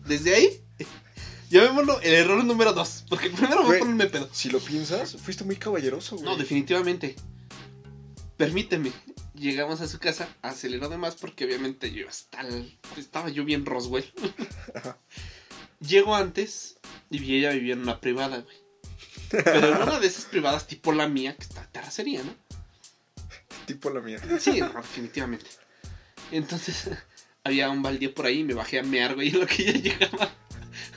Speaker 3: Desde ahí, llamémoslo el error número dos, porque primero voy
Speaker 4: Güey.
Speaker 3: a ponerme pedo.
Speaker 4: Si lo piensas, fuiste muy caballeroso, güey.
Speaker 3: No, definitivamente. Permíteme. Llegamos a su casa, aceleró de más porque obviamente yo hasta el- estaba yo bien Roswell.
Speaker 4: Ajá.
Speaker 3: Llego antes y vi ella vivía en una privada, güey. Pero en una de esas privadas tipo la mía, que está en terracería, ¿no?
Speaker 4: Tipo la mía.
Speaker 3: Sí, no, definitivamente. Entonces, había un baldío por ahí y me bajé a mear, güey, en lo que ella llegaba.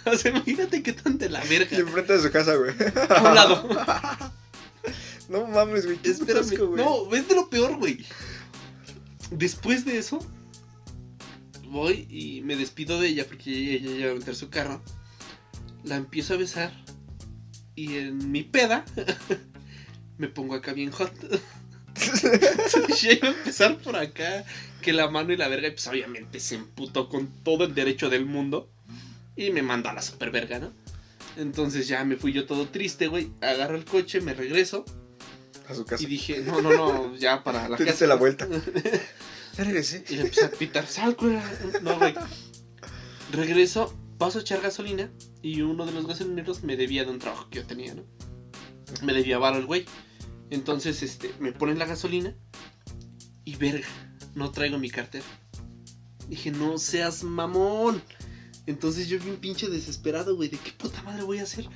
Speaker 3: O sea, imagínate qué tan de la
Speaker 4: Y
Speaker 3: verga.
Speaker 4: enfrente de su casa, güey.
Speaker 3: A un lado.
Speaker 4: No mames, güey. qué puto
Speaker 3: Espérame.
Speaker 4: asco, güey.
Speaker 3: No, es de lo peor, güey. Después de eso, voy y me despido de ella porque ella ya va a meter su carro. La empiezo a besar. Y en mi peda, me pongo acá bien hot. Entonces, ya iba a empezar por acá, que la mano y la verga, y pues obviamente se emputó con todo el derecho del mundo. Y me manda a la super verga, ¿no? Entonces ya me fui yo todo triste, güey. Agarro el coche, me regreso.
Speaker 4: A su casa.
Speaker 3: Y dije, no, no, no, ya para la
Speaker 4: Te diste
Speaker 3: casa.
Speaker 4: la vuelta. Ya regresé.
Speaker 3: Y le empecé a pitar, sal, culera". No, güey. Regreso, paso a echar gasolina y uno de los gasolineros me debía de un trabajo que yo tenía, ¿no? Me debía varo el güey. Entonces, este, me ponen la gasolina y verga, no traigo mi cartera. Dije, no seas mamón. Entonces yo vi un pinche desesperado, güey, de qué puta madre voy a hacer.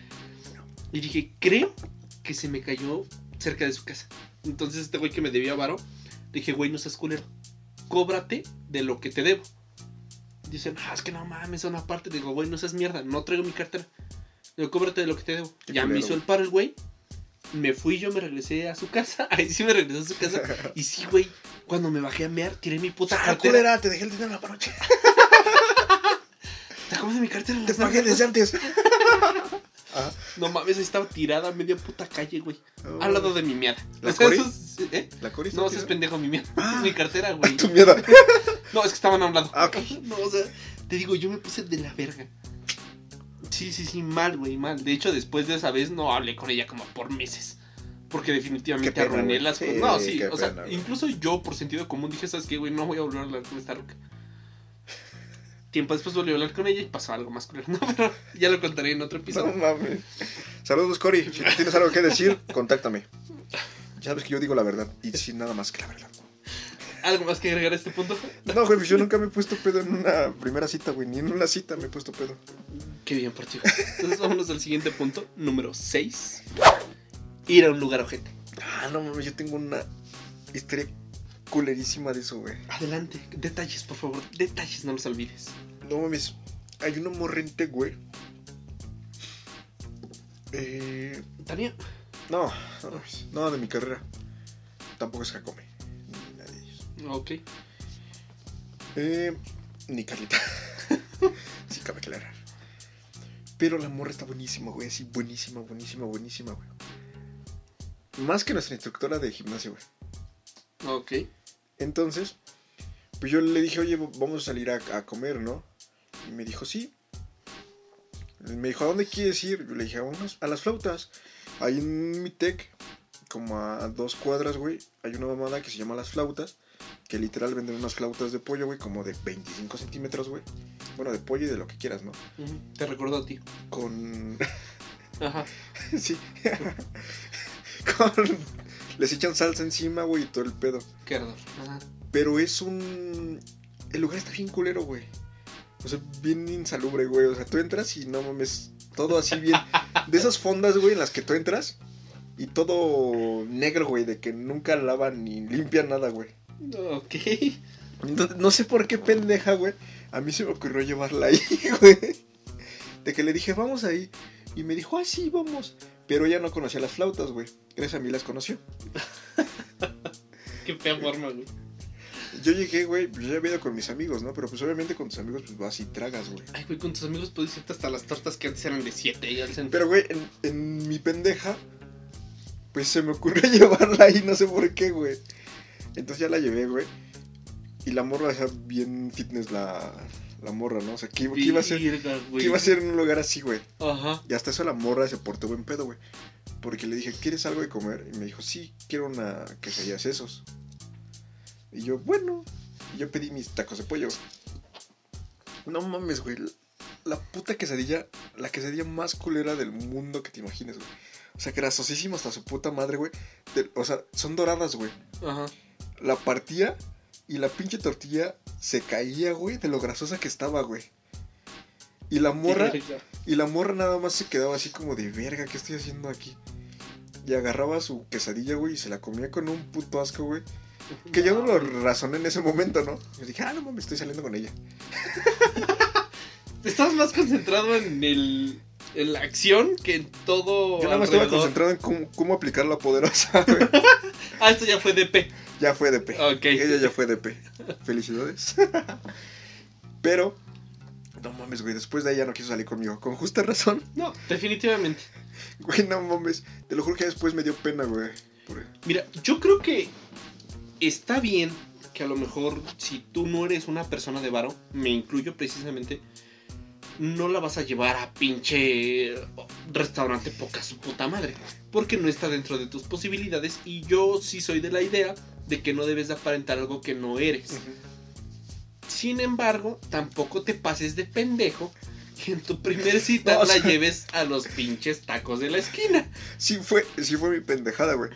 Speaker 3: Y dije, creo que se me cayó cerca de su casa. Entonces este güey que me debía varo, dije, güey, no seas culero. Cóbrate de lo que te debo. Dicen, ah, es que no mames, una parte. Digo, güey, no seas mierda, no traigo mi cartera. Digo, cóbrate de lo que te debo.
Speaker 4: Qué
Speaker 3: ya me
Speaker 4: culero,
Speaker 3: hizo el paro el güey. Me fui yo, me regresé a su casa. Ahí sí me regresé a su casa. Y sí, güey, cuando me bajé a mear, tiré mi puta
Speaker 4: Ah,
Speaker 3: cartera.
Speaker 4: culera, te dejé el dinero en la noche.
Speaker 3: ¿Te acuerdas de mi cartera?
Speaker 4: Te pagué desde antes. Ah,
Speaker 3: No mames, ahí estaba tirada a media puta calle, güey.
Speaker 4: no.
Speaker 3: Al lado de mi mierda.
Speaker 4: ¿La
Speaker 3: O sea,
Speaker 4: Cori?
Speaker 3: eso es- ¿eh?
Speaker 4: ¿La Cori está
Speaker 3: No, ese es
Speaker 4: tirada?
Speaker 3: pendejo, mi mierda.
Speaker 4: Ah.
Speaker 3: Mi cartera, güey.
Speaker 4: Tu mierda.
Speaker 3: No, es que estaban a un lado.
Speaker 4: Ah, ok.
Speaker 3: No, o sea, te digo, yo me puse de la verga. Sí, sí, sí, mal, güey, mal. De hecho, después de esa vez no hablé con ella como por meses. Porque definitivamente
Speaker 4: Qué pena,
Speaker 3: arruiné
Speaker 4: güey.
Speaker 3: las
Speaker 4: Sí,
Speaker 3: cosas. No, sí,
Speaker 4: qué
Speaker 3: o sea,
Speaker 4: pena, güey.
Speaker 3: incluso yo por sentido común dije, ¿sabes qué, güey? No voy a volver a hablar con esta roca. Tiempo después volví a hablar con ella y pasó algo más culero. No, pero ya lo contaré en otro
Speaker 4: No
Speaker 3: episodio.
Speaker 4: mames. Saludos, Cori. Si tienes algo que decir, contáctame. Ya sabes que yo digo la verdad y sin nada más que la verdad.
Speaker 3: ¿Algo más que agregar a este punto?
Speaker 4: No, güey, pues yo nunca me he puesto pedo en una primera cita, güey. Ni en una cita me he puesto pedo.
Speaker 3: Qué bien por ti. güey. Entonces vámonos al siguiente punto, número 6. Ir a un lugar ojete.
Speaker 4: Ah, no mames, yo tengo una historia culerísima de eso, güey.
Speaker 3: Adelante, detalles, por favor, detalles, no los olvides.
Speaker 4: No mames, hay una morrente, güey. Eh,
Speaker 3: Tania,
Speaker 4: no, no, mames, no, de mi carrera. Tampoco es Jacome. Ni nadie de ellos.
Speaker 3: ok.
Speaker 4: Eh, ni Carlita. sí, cabe aclarar. Pero la morra está buenísima, güey. Así, buenísima, buenísima, buenísima, güey. Más que nuestra instructora de gimnasio, güey.
Speaker 3: Ok.
Speaker 4: Entonces, pues yo le dije, oye, vamos a salir a, a comer, ¿no? Y me dijo, sí. Me dijo, ¿a dónde quieres ir? Yo le dije, a, unos- a las flautas. Ahí en mi tec, como a dos cuadras, güey, hay una mamada que se llama Las Flautas, que literal venden unas flautas de pollo, güey, como de 25 centímetros, güey. Bueno, de pollo y de lo que quieras, ¿no?
Speaker 3: Ujú, Te recuerdo a ti.
Speaker 4: Con...
Speaker 3: Ajá.
Speaker 4: sí. Con... Les echan salsa encima, güey, y todo el pedo.
Speaker 3: Qué ardor. Ajá.
Speaker 4: Pero es un. El lugar está bien culero, güey. O sea, bien insalubre, güey. O sea, tú entras y no mames. Todo así bien. De esas fondas, güey, en las que tú entras. Y todo negro, güey. De que nunca lavan ni limpian nada, güey.
Speaker 3: Ok.
Speaker 4: Entonces, no sé por qué pendeja, güey. A mí se me ocurrió llevarla ahí, güey. De que le dije, vamos ahí. Y me dijo, ah, sí, vamos. Pero ella no conocía las flautas, güey. Gracias a mí las conoció.
Speaker 3: Qué fea forma, güey.
Speaker 4: Yo llegué, güey. pues, Yo ya había ido con mis amigos, ¿no? Pero pues obviamente con tus amigos, pues vas y tragas, güey.
Speaker 3: Ay, güey, con tus amigos puedes irte hasta las tortas que antes eran de 7 y al centro.
Speaker 4: Pero, güey, en, en mi pendeja, pues se me ocurrió llevarla ahí, no sé por qué, güey. Entonces ya la llevé, güey. Y la morra, o sea, bien fitness la, la morra, ¿no? O sea, ¿qué, qué iba a ser?
Speaker 3: Virga, güey.
Speaker 4: ¿Qué iba a ser en un lugar así, güey?
Speaker 3: Ajá.
Speaker 4: Y hasta eso la morra se portó buen pedo, güey. Porque le dije, ¿quieres algo de comer? Y me dijo, sí, quiero una quesadilla de sesos. Y yo, bueno. Y yo pedí mis tacos de pollo. No mames, güey. La puta quesadilla, la quesadilla más culera del mundo que te imagines, güey. O sea, grasosísima hasta su puta madre, güey. De- O sea, son doradas, güey.
Speaker 3: Ajá.
Speaker 4: La partía y la pinche tortilla se caía, güey, de lo grasosa que estaba, güey. Y la morra...
Speaker 3: Qué virga.
Speaker 4: Y la morra nada más se quedaba así como de verga, ¿qué estoy haciendo aquí? Y agarraba su quesadilla, güey, y se la comía con un puto asco, güey. Que yo no lo razoné en ese momento, ¿no? Yo dije, ah, no mames, estoy saliendo con ella.
Speaker 3: Estás más concentrado en el. En la acción que en todo.
Speaker 4: Yo nada más estaba
Speaker 3: alrededor.
Speaker 4: concentrado en cómo, cómo aplicar la poderosa, güey.
Speaker 3: Ah, esto ya fue DP.
Speaker 4: Ya fue DP.
Speaker 3: Ok.
Speaker 4: Ella ya fue DP. Felicidades. Pero, no mames, güey, después de ella no quiso salir conmigo. Con justa razón.
Speaker 3: No, definitivamente.
Speaker 4: Güey, no mames. Te lo juro que después me dio pena, güey. Por-
Speaker 3: Mira, yo creo que está bien que a lo mejor si tú no eres una persona de varo, me incluyo precisamente, no la vas a llevar a pinche oh, restaurante poca su puta madre, porque no está dentro de tus posibilidades y yo sí soy de la idea de que no debes de aparentar algo que no eres. Sin embargo, tampoco te pases de pendejo que en tu primer cita
Speaker 4: No, o
Speaker 3: la
Speaker 4: sea-
Speaker 3: lleves a los pinches tacos de la esquina.
Speaker 4: Sí fue, sí fue mi pendejada, güey.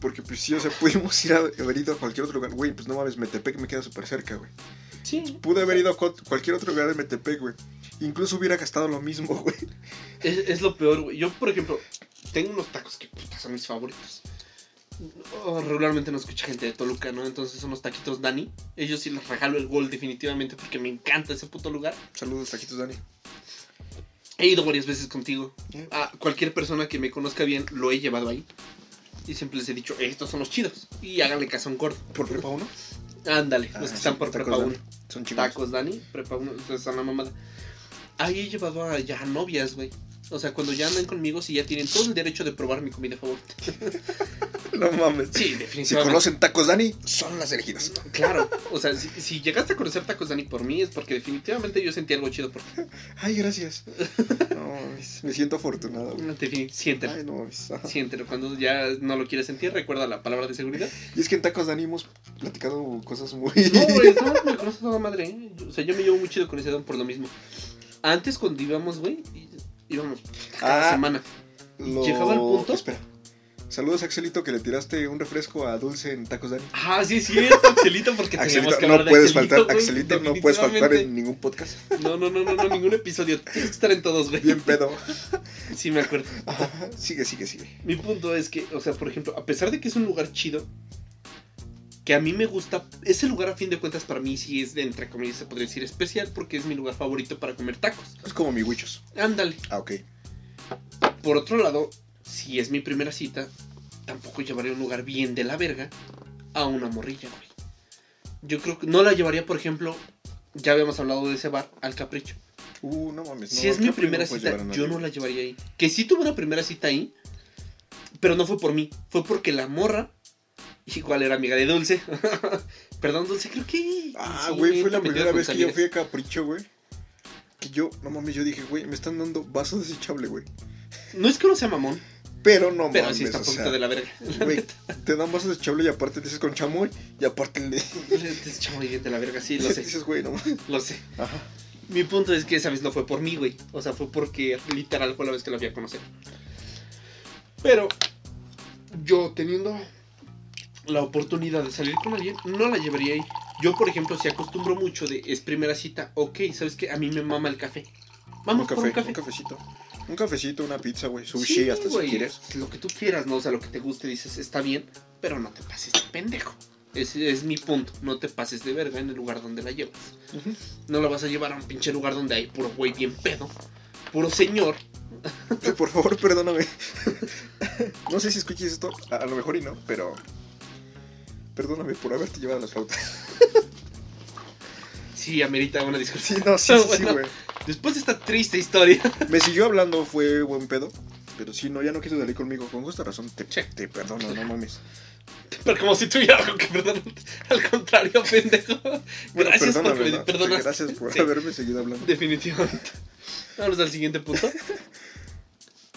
Speaker 4: Porque pues sí, o sea, pudimos ir a haber ido a cualquier otro lugar. Güey, pues no mames, Metepec me queda súper cerca, güey.
Speaker 3: Sí,
Speaker 4: Pude haber ido a cual- cualquier otro lugar de Metepec, güey. Incluso hubiera gastado lo mismo, güey.
Speaker 3: Es, es lo peor, güey. Yo, por ejemplo, tengo unos tacos que puta, son mis favoritos. Oh, regularmente no escucha gente de Toluca, ¿no? Entonces son los taquitos Dani. Ellos sí les regalo el gol definitivamente porque me encanta ese puto lugar.
Speaker 4: Saludos, taquitos, Dani.
Speaker 3: He ido varias veces contigo. A cualquier persona que me conozca bien lo he llevado ahí. Y siempre les he dicho, estos son los chidos. Y háganle caso a un gordo.
Speaker 4: ¿Por prepa 1?
Speaker 3: Ándale, los que
Speaker 4: Ah,
Speaker 3: están
Speaker 4: sí,
Speaker 3: por
Speaker 4: tacos
Speaker 3: prepa
Speaker 4: Dani.
Speaker 3: uno.
Speaker 4: Son chicos.
Speaker 3: Tacos Dani, prepa uno, o sea, son la mamada. Ahí he llevado a ya novias, güey. O sea, cuando ya andan conmigo, si ya tienen todo el derecho de probar mi comida favorita.
Speaker 4: No mames.
Speaker 3: Sí,
Speaker 4: Si
Speaker 3: definitivamente.
Speaker 4: conocen tacos, Dani, son las elegidas.
Speaker 3: Claro, o sea, si, si llegaste a conocer Tacos Dani por mí es porque definitivamente yo sentí algo chido por ti.
Speaker 4: Ay, gracias. No mames, me siento afortunado, güey.
Speaker 3: Defini- Siéntelo.
Speaker 4: Ay, no mames. ajá.
Speaker 3: Siéntelo. Cuando ya no lo quieres sentir, recuerda la palabra de seguridad.
Speaker 4: Y es que en tacos, Dani hemos platicado cosas muy...
Speaker 3: No, güey, no, me conoces a toda madre. ¿eh? O sea, yo me llevo muy chido con ese don por lo mismo. Antes, cuando íbamos, güey, íbamos cada
Speaker 4: Ah,
Speaker 3: semana.
Speaker 4: Lo-
Speaker 3: Llegaba al punto.
Speaker 4: Espera. Saludos, Axelito, que le tiraste un refresco a Dulce en Tacos Dani.
Speaker 3: Ah, sí, es cierto, Axelito, porque teníamos
Speaker 4: Axelito,
Speaker 3: que
Speaker 4: no
Speaker 3: hablar de
Speaker 4: puedes faltar.
Speaker 3: güey,
Speaker 4: Axelito, no puedes faltar en
Speaker 3: definitivamente.
Speaker 4: ningún podcast.
Speaker 3: No, no, no, no, no, ningún episodio. Tienes que estar en todos, güey.
Speaker 4: Bien pedo.
Speaker 3: Sí, me acuerdo.
Speaker 4: Ajá, sigue, sigue, sigue.
Speaker 3: Mi punto es que, o sea, por ejemplo, a pesar de que es un lugar chido, que a mí me gusta, ese lugar a fin de cuentas para mí sí es de entre comillas, se podría decir especial, porque es mi lugar favorito para comer tacos.
Speaker 4: Es como mi Wichos.
Speaker 3: Ándale.
Speaker 4: Ah, ok.
Speaker 3: Por otro lado, si es mi primera cita, tampoco llevaré a un lugar bien de la verga a una morrilla, güey. Yo creo que no la llevaría, por ejemplo, ya habíamos hablado de ese bar, al capricho.
Speaker 4: Uh, no mames.
Speaker 3: Si es mi primera cita, yo no la llevaría ahí. Que sí tuve una primera cita ahí, pero no fue por mí, fue porque la morra, igual era amiga de Dulce. Perdón, Dulce, creo que.
Speaker 4: Ah,
Speaker 3: sí,
Speaker 4: güey, fue
Speaker 3: anda
Speaker 4: la
Speaker 3: metida
Speaker 4: primera
Speaker 3: con
Speaker 4: vez que yo
Speaker 3: salidas.
Speaker 4: fui a Capricho, güey. que yo, no mames, yo dije, güey, me están dando vaso desechable, güey.
Speaker 3: No es que uno sea mamón,
Speaker 4: Pero no
Speaker 3: pero
Speaker 4: mames,
Speaker 3: sí está
Speaker 4: o
Speaker 3: un poquito
Speaker 4: sea,
Speaker 3: de la verga.
Speaker 4: güey, te dan vaso desechable y aparte le dices con chamoy y aparte le
Speaker 3: Te echa muy bien este de la verga, sí, lo sé,
Speaker 4: dices, güey, no mames.
Speaker 3: lo sé.
Speaker 4: Ajá.
Speaker 3: Mi punto es que esa vez no fue por mí, güey. O sea, fue porque literal fue la vez que la fui a conocer. Pero yo teniendo la oportunidad de salir con alguien, no la llevaría ahí. Yo, por ejemplo, si acostumbro mucho de es primera cita, ok, ¿sabes qué? A mí me mama el café. Vamos
Speaker 4: un café,
Speaker 3: por
Speaker 4: un,
Speaker 3: un café.
Speaker 4: cafecito. Un cafecito, una pizza, güey, sushi
Speaker 3: Sí,
Speaker 4: hasta
Speaker 3: güey,
Speaker 4: si quieres.
Speaker 3: Lo que tú quieras, ¿no? O sea, lo que te guste, dices, está bien, pero no te pases de pendejo. Ese es mi punto. No te pases de verga en el lugar donde la llevas.
Speaker 4: Ujú.
Speaker 3: No la vas a llevar a un pinche lugar donde hay puro güey bien pedo, puro señor.
Speaker 4: Por favor, perdóname. no sé si escuches esto, a, a lo mejor y no, pero perdóname por haberte llevado las flautas.
Speaker 3: Sí, amerita una discusión.
Speaker 4: Sí, no, sí, sí, sí,
Speaker 3: Bueno.
Speaker 4: güey.
Speaker 3: Después de esta triste historia.
Speaker 4: Me siguió hablando, fue buen pedo. Pero sí, no, ya no quiso salir conmigo. Con justa razón, te,
Speaker 3: Sí.
Speaker 4: te perdono, no mames.
Speaker 3: Pero como si tuviera algo que perdonar. Al contrario, pendejo.
Speaker 4: Bueno,
Speaker 3: gracias
Speaker 4: perdóname,
Speaker 3: por me
Speaker 4: ¿no?
Speaker 3: perdonaste.
Speaker 4: Gracias por
Speaker 3: Sí,
Speaker 4: haberme seguido hablando.
Speaker 3: Definitivamente. Vamos al siguiente punto.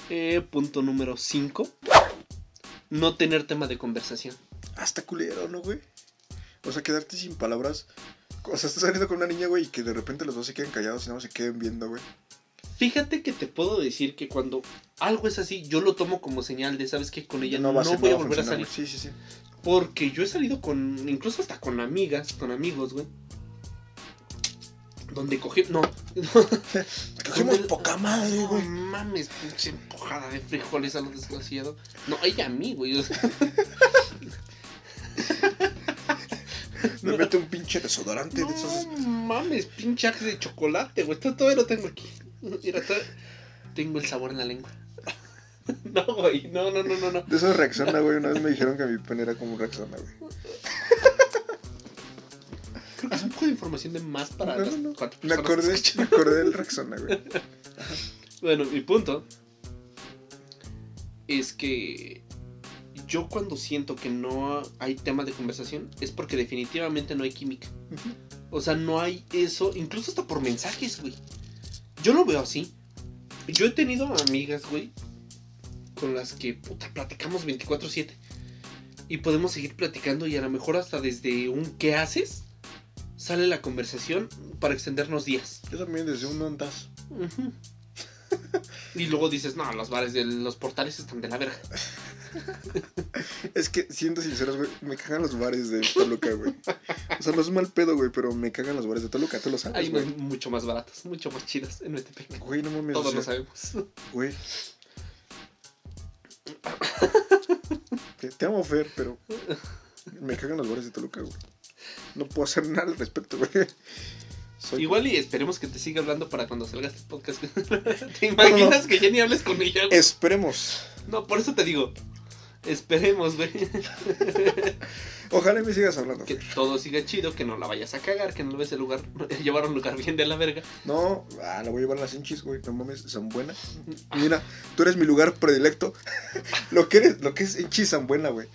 Speaker 3: Eh, punto número 5. No tener tema de conversación.
Speaker 4: Hasta culero, ¿no, güey? O sea, quedarte sin palabras. O sea, estás saliendo con una niña, güey, y que de repente los dos se queden callados y no se queden viendo, güey.
Speaker 3: Fíjate que te puedo decir que cuando algo es así, yo lo tomo como señal de, ¿sabes que Con ella no,
Speaker 4: ser-
Speaker 3: voy a
Speaker 4: va
Speaker 3: volver a
Speaker 4: funcionar,
Speaker 3: salir.
Speaker 4: güey. Sí, sí, sí.
Speaker 3: Porque yo he salido con, incluso hasta con amigas, con amigos, güey. Donde cogí, no,
Speaker 4: Cogimos
Speaker 3: Donde-
Speaker 4: poca madre,
Speaker 3: No
Speaker 4: güey.
Speaker 3: mames, pinche empujada de frijoles a lo desgraciado. No, ella a mí, güey. o sea,
Speaker 4: Me mete un pinche desodorante
Speaker 3: No
Speaker 4: de esos.
Speaker 3: mames, pinche Axe de chocolate, güey. Esto Todavía lo tengo aquí. Mira, todavía tengo el sabor en la lengua. No, güey, no, no, no, no, no.
Speaker 4: De esos Rexona, güey. Una vez me dijeron que mi pene era como Rexona, güey.
Speaker 3: Creo que es un poco de información de más para
Speaker 4: No,
Speaker 3: las
Speaker 4: no, no.
Speaker 3: cuatro
Speaker 4: Me
Speaker 3: personas que
Speaker 4: acordé,
Speaker 3: escuchan.
Speaker 4: me acordé del Rexona, güey.
Speaker 3: Bueno, mi punto es que yo cuando siento que no hay tema de conversación es porque definitivamente no hay química.
Speaker 4: Ujú.
Speaker 3: O sea, no hay eso, incluso hasta por mensajes, güey. Yo lo veo así. Yo he tenido amigas, güey, con las que, puta, platicamos 24/7 y podemos seguir platicando y a lo mejor hasta desde un ¿qué haces? sale la conversación para extendernos días.
Speaker 4: Yo también desde un ondas.
Speaker 3: Ujú. y luego dices, no, los bares de los portales están de la verga.
Speaker 4: Es que, siendo sinceros, güey, me cagan los bares de Toluca, güey. O sea, no es mal pedo, güey, pero me cagan los bares de Toluca, tú lo
Speaker 3: Hay
Speaker 4: sabes,
Speaker 3: unos
Speaker 4: güey.
Speaker 3: mucho más baratos, mucho más chidas en Metepec.
Speaker 4: Güey, no mames,
Speaker 3: Todos
Speaker 4: o
Speaker 3: lo
Speaker 4: sea,
Speaker 3: sabemos.
Speaker 4: güey. Te, te amo, Fer, pero me cagan los bares de Toluca, güey. No puedo hacer nada al respecto, güey. Soy-
Speaker 3: Igual y esperemos que te siga hablando para cuando salga este podcast. ¿Te imaginas que ya ni hables con ella? güey?
Speaker 4: Esperemos.
Speaker 3: No, por eso te digo. Esperemos, güey.
Speaker 4: Ojalá y me sigas hablando.
Speaker 3: Que
Speaker 4: Fer.
Speaker 3: todo siga chido, que no la vayas a cagar, que no le ves el lugar, llevar a un lugar bien de la verga.
Speaker 4: No, ah, la voy a llevar a las hinchis, güey. No mames, son buenas. Mira, tú eres mi lugar predilecto. lo que eres, lo que es hinchis son buena, güey.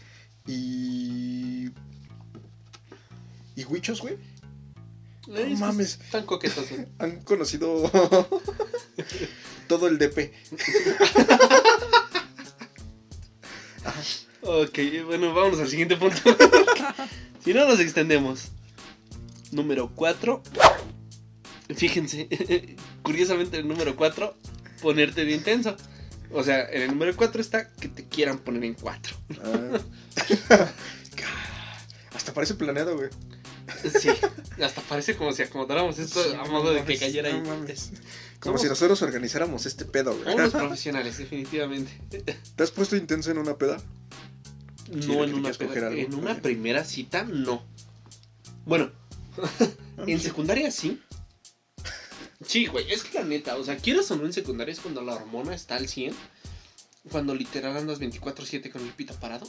Speaker 4: Y. Y huichos, güey. No
Speaker 3: Eh, es que
Speaker 4: mames.
Speaker 3: Tan coquetos, güey.
Speaker 4: Han conocido todo el DP.
Speaker 3: Ok, bueno, vámonos al siguiente punto. si no, nos extendemos. Número 4. Fíjense, curiosamente el número 4, ponerte de intenso. O sea, en el número 4 está que te quieran poner en 4.
Speaker 4: Ah. Hasta parece planeado, güey.
Speaker 3: Sí, hasta parece como si acomodáramos esto
Speaker 4: Sí,
Speaker 3: a
Speaker 4: no
Speaker 3: modo de que
Speaker 4: mames,
Speaker 3: cayera
Speaker 4: no
Speaker 3: ahí.
Speaker 4: mames. Como
Speaker 3: Somos-
Speaker 4: si nosotros organizáramos este pedo, güey.
Speaker 3: Unos profesionales, definitivamente.
Speaker 4: ¿Te has puesto intenso en una peda? Sí,
Speaker 3: No
Speaker 4: de
Speaker 3: en
Speaker 4: que
Speaker 3: una,
Speaker 4: quieres coger
Speaker 3: peda-
Speaker 4: algo,
Speaker 3: en una
Speaker 4: vaya.
Speaker 3: primera cita, no. Bueno, En secundaria sí. Sí, güey, es que la neta, o sea, quieras o no en secundaria es cuando la hormona está al 100, cuando literal andas 24/7 con el pito parado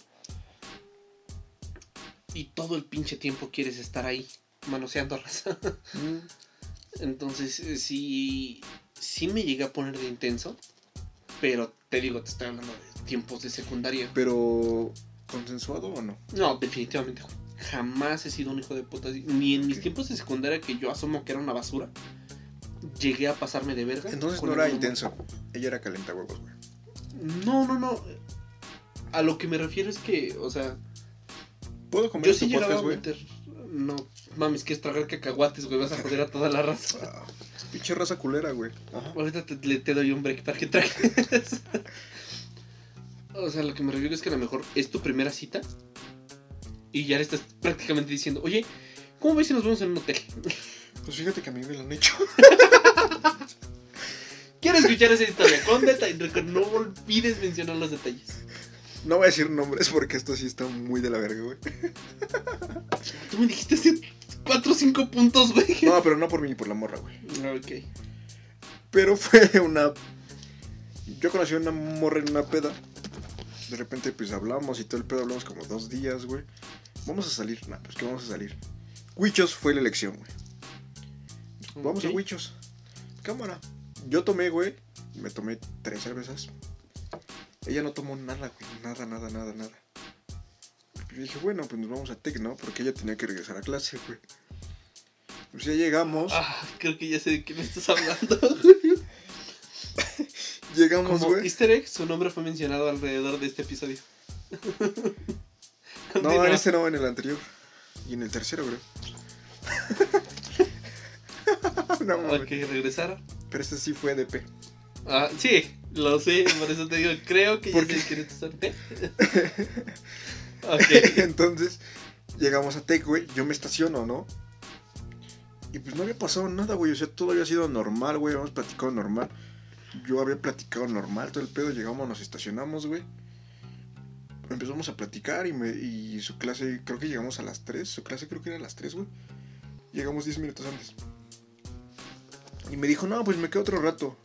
Speaker 3: y todo el pinche tiempo quieres estar ahí manoseando raza.
Speaker 4: Mm.
Speaker 3: Entonces, eh, sí, sí me llegué a poner de intenso, pero te digo, te estoy hablando de tiempos de secundaria.
Speaker 4: Pero, ¿consensuado o no?
Speaker 3: No, definitivamente, güey. Jamás he sido un hijo de puta. así. Ni en mis
Speaker 4: Ok.
Speaker 3: tiempos de secundaria que yo asomo que era una basura. llegué a pasarme de verga.
Speaker 4: Entonces
Speaker 3: con
Speaker 4: no era
Speaker 3: alguna
Speaker 4: intenso. Ella era calentahuevos, güey.
Speaker 3: morra. No, no, no. A lo que me refiero es que, o sea,
Speaker 4: ¿Puedo comer
Speaker 3: yo
Speaker 4: este
Speaker 3: sí llegaba
Speaker 4: podcast,
Speaker 3: a
Speaker 4: güey?
Speaker 3: meter. No, mames, que es tragar cacahuates, güey. Vas a joder a toda la raza.
Speaker 4: Ah, pinche raza culera, güey. Ajá.
Speaker 3: Ahorita te, le- te doy un break para que trajes. o sea, lo que me refiero es que a lo mejor es tu primera cita y ya le estás prácticamente diciendo, oye, ¿cómo ves si nos vemos en un hotel?
Speaker 4: Pues fíjate que a mí me lo han hecho.
Speaker 3: Quiero escuchar esa historia con detalle. con- No olvides mencionar los detalles.
Speaker 4: No voy a decir nombres porque esto sí está muy de la verga, güey.
Speaker 3: Tú me dijiste hace 4 o 5 puntos, güey.
Speaker 4: No, pero no por mí, por la morra, güey.
Speaker 3: Ok.
Speaker 4: Pero fue una. Yo conocí a una morra en una peda. De repente, pues hablamos y todo el pedo, hablamos como dos días, güey. Vamos a salir, nah, pues que vamos a salir. Huichos fue la elección, güey. Vamos a
Speaker 3: Ok.
Speaker 4: Huichos. Cámara. Yo tomé, güey. Me tomé tres cervezas. Ella no tomó nada, güey. Nada, nada, nada, nada. Yo dije, bueno, pues nos vamos a Tec, ¿no? Porque ella tenía que regresar a clase, güey. Pues ya llegamos.
Speaker 3: Ah, creo que ya sé de qué me estás hablando.
Speaker 4: llegamos,
Speaker 3: Como
Speaker 4: güey.
Speaker 3: easter egg, su nombre fue mencionado alrededor de este episodio.
Speaker 4: No,
Speaker 3: Continúa.
Speaker 4: en este no, en el anterior. Y en el tercero, creo. no, mames.
Speaker 3: Ok, regresar.
Speaker 4: Pero este sí fue DP.
Speaker 3: Ah, sí, lo sé, por eso te digo, creo que ya sé
Speaker 4: ¿Por qué?
Speaker 3: de quién estás hablando. Ok.
Speaker 4: Entonces, llegamos a Tech, güey. Yo me estaciono, ¿no? Y pues no había pasado nada, güey. O sea, todo había sido normal, güey. Habíamos platicado normal. Yo había platicado normal todo el pedo. Llegamos, nos estacionamos, güey. Empezamos a platicar y, me, y su clase, creo que llegamos a las 3. Su clase creo que era a las 3, güey. Llegamos 10 minutos antes. Y me dijo, no, pues me quedo otro rato.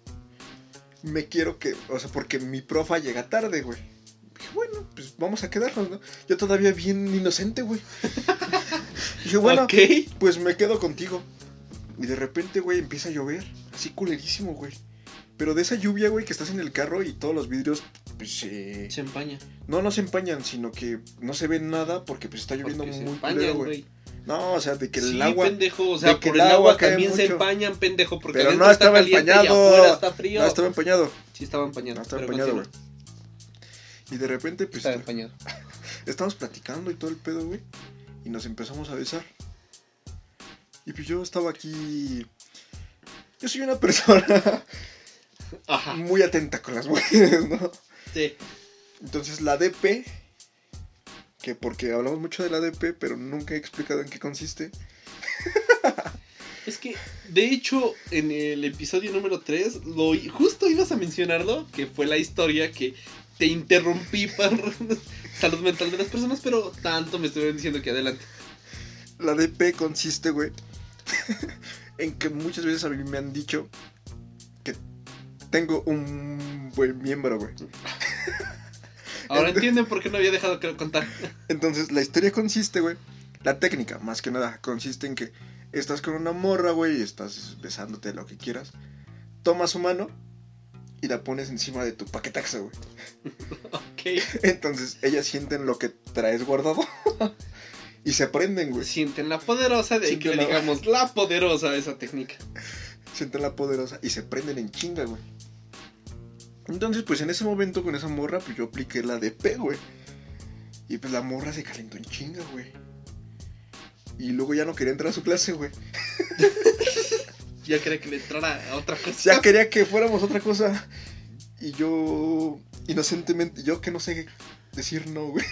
Speaker 4: Me quiero que, o sea, porque mi profa llega tarde, güey. Dije, bueno, pues vamos a quedarnos, ¿no? Yo todavía bien inocente, güey. Dije, bueno,
Speaker 3: ok.
Speaker 4: pues me quedo contigo. Y de repente, güey, empieza a llover. Así culerísimo, güey. Pero de esa lluvia, güey, que estás en el carro y todos los vidrios, pues se.
Speaker 3: Se empaña.
Speaker 4: No, no se empañan, sino que no se ve nada porque pues está lloviendo
Speaker 3: porque se
Speaker 4: muy
Speaker 3: empañan,
Speaker 4: culero, güey.
Speaker 3: güey.
Speaker 4: No, o sea, de que
Speaker 3: sí,
Speaker 4: el agua.
Speaker 3: pendejo, o sea,
Speaker 4: de que
Speaker 3: por
Speaker 4: el
Speaker 3: el
Speaker 4: agua
Speaker 3: agua
Speaker 4: cae
Speaker 3: también se
Speaker 4: mucho.
Speaker 3: empañan, pendejo, porque
Speaker 4: Pero
Speaker 3: adentro
Speaker 4: no
Speaker 3: está
Speaker 4: estaba
Speaker 3: caliente y
Speaker 4: empañado.
Speaker 3: afuera está frío.
Speaker 4: No, estaba empañado.
Speaker 3: Sí, estaba empañado.
Speaker 4: No, estaba
Speaker 3: pero
Speaker 4: empañado, güey.
Speaker 3: continúa.
Speaker 4: Y de repente, pues.
Speaker 3: Estaba empañado.
Speaker 4: Estábamos platicando y todo el pedo, güey. Y nos empezamos a besar. Y pues yo estaba aquí. Yo soy una persona
Speaker 3: Ajá,
Speaker 4: muy atenta con las mujeres, ¿no?
Speaker 3: sí.
Speaker 4: Entonces la DP, que porque hablamos mucho de la DP, pero nunca he explicado en qué consiste.
Speaker 3: Es que, de hecho, en el episodio número 3, lo, justo ibas a mencionarlo, que fue la historia que te interrumpí para salud mental de las personas, pero tanto me estuvieron diciendo que adelante.
Speaker 4: La DP consiste, güey, en que muchas veces a mí me han dicho que tengo un buen miembro, güey.
Speaker 3: Ahora entienden por qué no había dejado que contar.
Speaker 4: Entonces, la historia consiste, güey. La técnica, más que nada, consiste en que estás con una morra, güey, y estás besándote lo que quieras. Tomas su mano y la pones encima de tu paquetaxo, güey.
Speaker 3: Ok.
Speaker 4: Entonces, ellas sienten lo que traes guardado y se prenden, güey.
Speaker 3: Sienten la poderosa, de ahí que le
Speaker 4: Sienten la-
Speaker 3: digamos la poderosa a esa técnica.
Speaker 4: Sienten la poderosa y se prenden en chinga, güey. Entonces, pues en ese momento con esa morra, pues yo apliqué la DP, güey. Y pues la morra se calentó en chinga, güey. Y luego ya no quería entrar a su clase, güey.
Speaker 3: Ya quería que le entrara a otra cosa.
Speaker 4: ya quería que fuéramos otra cosa. Y yo, inocentemente, yo que no sé decir no, güey.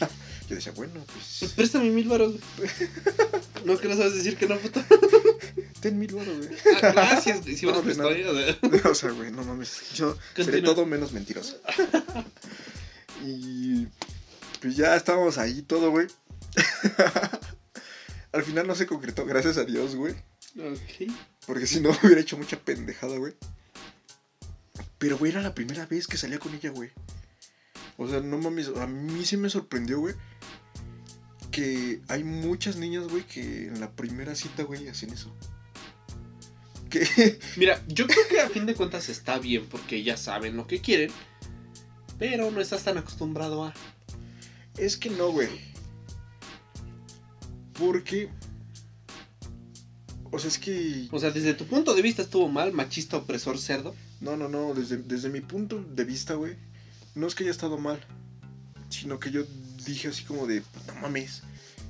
Speaker 4: Yo decía, bueno,
Speaker 3: Pues
Speaker 4: pues
Speaker 3: préstame mil varos. güey. No que no sabes decir que no, puta.
Speaker 4: ten mil baros, güey.
Speaker 3: Ah, gracias, güey. Si
Speaker 4: No,
Speaker 3: bueno,
Speaker 4: de
Speaker 3: pues
Speaker 4: nada.
Speaker 3: estoy, o sea,
Speaker 4: O sea, güey, no mames. Yo seré
Speaker 3: Continúa.
Speaker 4: todo menos mentiroso. Y pues ya estábamos ahí todo, güey. Al final no se concretó, gracias a Dios, güey.
Speaker 3: Ok.
Speaker 4: Porque si no hubiera hecho mucha pendejada, güey. Pero, güey, era la primera vez que salía con ella, güey. O sea, no mames, a mí sí me sorprendió, güey. Que hay muchas niñas, güey, que en la primera cita, güey, hacen eso. Que
Speaker 3: Mira, yo creo que a fin de cuentas está bien porque ya saben lo que quieren, pero no estás tan acostumbrado a.
Speaker 4: es que no, güey. Porque, O sea, es que.
Speaker 3: O sea, desde tu punto de vista estuvo mal, machista, opresor, cerdo.
Speaker 4: No, no, no. Desde, desde mi punto de vista, güey. No es que haya estado mal. Sino que yo dije así como de. No mames.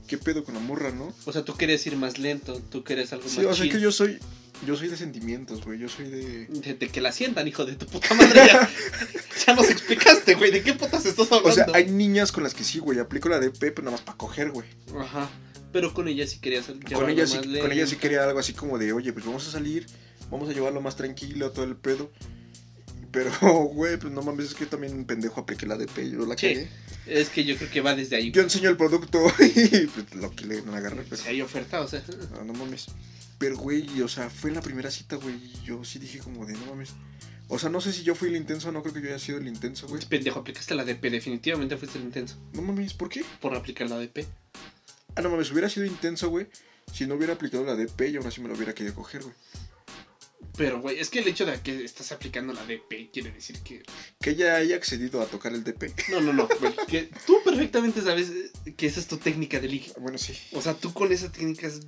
Speaker 4: ¿Qué pedo con la morra, no?
Speaker 3: O sea, tú quieres ir más lento, tú quieres algo más
Speaker 4: Sí, o sea, es
Speaker 3: chill.
Speaker 4: que yo soy. Yo soy de sentimientos, güey. Yo soy de.
Speaker 3: De, de que la sientan, hijo de tu puta madre. Ya, ya nos explicaste, güey. ¿De qué putas estás hablando?
Speaker 4: O sea, hay niñas con las que sí, güey. Aplico la de Pepe nada más para coger, güey.
Speaker 3: Ajá. Pero con ella sí querías
Speaker 4: Con
Speaker 3: llevarlo
Speaker 4: ella,
Speaker 3: más
Speaker 4: sí,
Speaker 3: lento.
Speaker 4: con ella sí quería algo así como de, oye, pues vamos a salir, vamos a llevarlo más tranquilo, todo el pedo. Pero, güey, pues no mames, es que yo también pendejo apliqué la DP, yo la
Speaker 3: Sí.
Speaker 4: cagué.
Speaker 3: Es que yo creo que va desde ahí.
Speaker 4: Yo enseño el producto y pues, lo que le no la agarré, pues. pero
Speaker 3: Pues Si hay oferta, o sea.
Speaker 4: Ah, no, no mames. Pero, güey, o sea, fue en la primera cita, güey, y yo sí dije como de, no mames. O sea, no sé si yo fui el intenso, no creo que yo haya sido el intenso, güey.
Speaker 3: Pendejo, aplicaste la DP. Definitivamente fuiste el intenso
Speaker 4: No mames, ¿por qué?
Speaker 3: por aplicar la DP.
Speaker 4: Ah, no mames, hubiera sido intenso, güey, si no hubiera aplicado la DP y aún así me lo hubiera querido coger, güey.
Speaker 3: Pero, güey, es que el hecho de que estás aplicando la DP quiere decir que.
Speaker 4: Que ella haya accedido a tocar el DP.
Speaker 3: No, no, no, güey. Que tú perfectamente sabes eh, que esa es tu técnica de ligue.
Speaker 4: Bueno, sí.
Speaker 3: O sea, tú con esa técnica, es-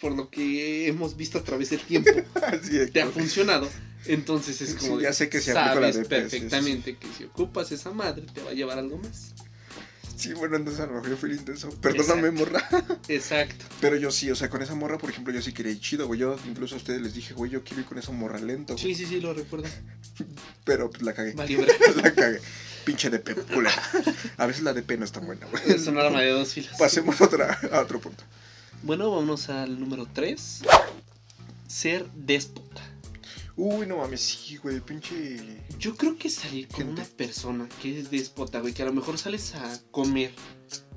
Speaker 3: por lo que hemos visto a través del tiempo,
Speaker 4: Así de
Speaker 3: te ha
Speaker 4: que-
Speaker 3: funcionado. Entonces es
Speaker 4: Sí,
Speaker 3: como.
Speaker 4: ya sé que si aplico la
Speaker 3: sabes
Speaker 4: DP, sí,
Speaker 3: perfectamente que si ocupas esa madre te va a llevar algo más.
Speaker 4: Sí, bueno, entonces a lo mejor yo fui el intenso. Perdóname, morra.
Speaker 3: Exacto.
Speaker 4: Pero yo sí, o sea, con esa morra, por ejemplo, yo sí quería ir chido, güey. Yo incluso a ustedes les dije, güey, yo quiero ir con esa morra lento, güey.
Speaker 3: Sí, sí, sí, lo recuerdo.
Speaker 4: Pero pues la cagué.
Speaker 3: Valió verga.
Speaker 4: la cagué. Pinche DP, culera. A veces la DP no es tan buena, güey.
Speaker 3: Es un arma de dos filas.
Speaker 4: Pasemos a, otra, a otro punto.
Speaker 3: Bueno, vámonos al número 3. Ser déspota.
Speaker 4: Uy, no mames, sí, güey, pinche.
Speaker 3: Yo creo que salir con
Speaker 4: Gente.
Speaker 3: una persona que es déspota, güey, que a lo mejor sales a comer,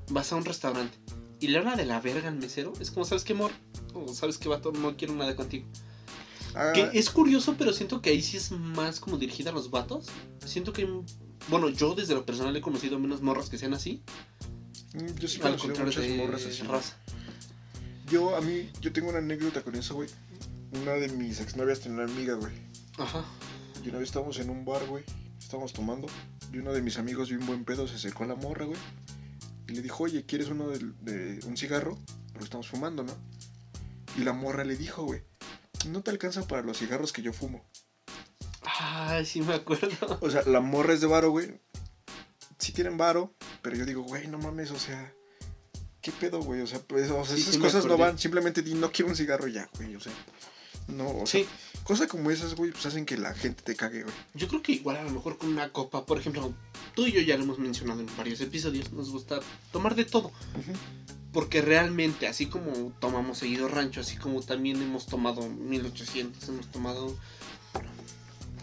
Speaker 3: vas a un restaurante y le habla de la verga al mesero, es como, ¿sabes qué, amor? O sabes qué, vato, no quiero nada contigo.
Speaker 4: Ah,
Speaker 3: Que es curioso, pero siento que ahí sí es más como dirigida a los vatos. Siento que, bueno, yo desde lo personal he conocido menos morras que sean así.
Speaker 4: mm, Yo sí
Speaker 3: al
Speaker 4: conocí
Speaker 3: contrario
Speaker 4: muchas
Speaker 3: de
Speaker 4: morras así.
Speaker 3: raza.
Speaker 4: Yo, a mí, yo tengo una anécdota con eso, güey. Una de mis exnovias tenía una amiga, güey.
Speaker 3: Ajá.
Speaker 4: Y una vez estábamos en un bar, güey. Estábamos tomando. Y uno de mis amigos, bien buen pedo, se acercó a la morra, güey. Y le dijo, oye, ¿quieres uno del- de, un cigarro? Porque estamos fumando, ¿no? Y la morra le dijo, güey, no te alcanza para los cigarros que yo fumo.
Speaker 3: Ay, sí me acuerdo.
Speaker 4: O sea, la morra es de varo, güey. Sí tienen varo, pero yo digo, güey, no mames, o sea, ¿qué pedo, güey? O sea, pues, o sea,
Speaker 3: Sí,
Speaker 4: esas
Speaker 3: sí me
Speaker 4: cosas no
Speaker 3: acordé.
Speaker 4: van. Simplemente di, no quiero un cigarro y ya, güey. O sea, no, o sea,
Speaker 3: Sí,
Speaker 4: cosas como esas, güey, pues hacen que la gente te cague, güey.
Speaker 3: Yo creo que igual a lo mejor con una copa, por ejemplo, tú y yo ya lo hemos mencionado en varios episodios, nos gusta tomar de todo, porque realmente así como tomamos seguido rancho, así como también hemos tomado 1800, hemos tomado,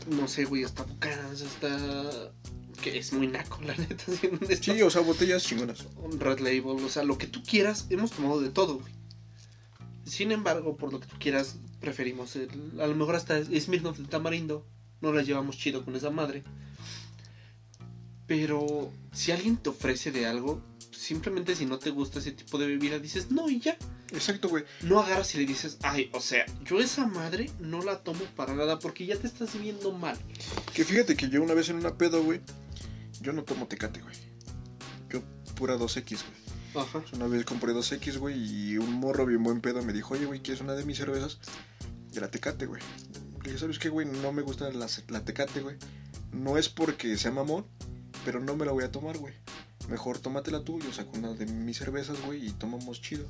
Speaker 3: no sé, güey, hasta Bucanas, hasta... que es muy naco, la neta, siendo honesto.
Speaker 4: Sí, o sea, botellas chingonas.
Speaker 3: Un Red Label, o sea, lo que tú quieras, hemos tomado de todo, güey. Sin embargo, por lo que tú quieras, preferimos, el- a lo mejor hasta Smirnoff del Tamarindo, no la llevamos chido con esa madre. Pero si alguien te ofrece de algo, simplemente si no te gusta ese tipo de bebida, dices no y ya.
Speaker 4: Exacto, güey.
Speaker 3: No agarras y le dices, ay, o sea, yo esa madre no la tomo para nada porque ya te estás viendo mal.
Speaker 4: Que fíjate que yo una vez en una peda, güey, yo no tomo tecate, güey. Yo pura 2X, güey.
Speaker 3: Ajá.
Speaker 4: Una vez compré 2X, güey, y un morro bien buen pedo me dijo, oye, güey, ¿quieres una de mis cervezas? De la tecate, güey. Le dije, ¿sabes qué, güey? No me gusta la, ce- la tecate, güey. No es porque sea mamón, pero no me la voy a tomar, güey. Mejor tómatela tú, yo saco una de mis cervezas, güey, y tomamos chido.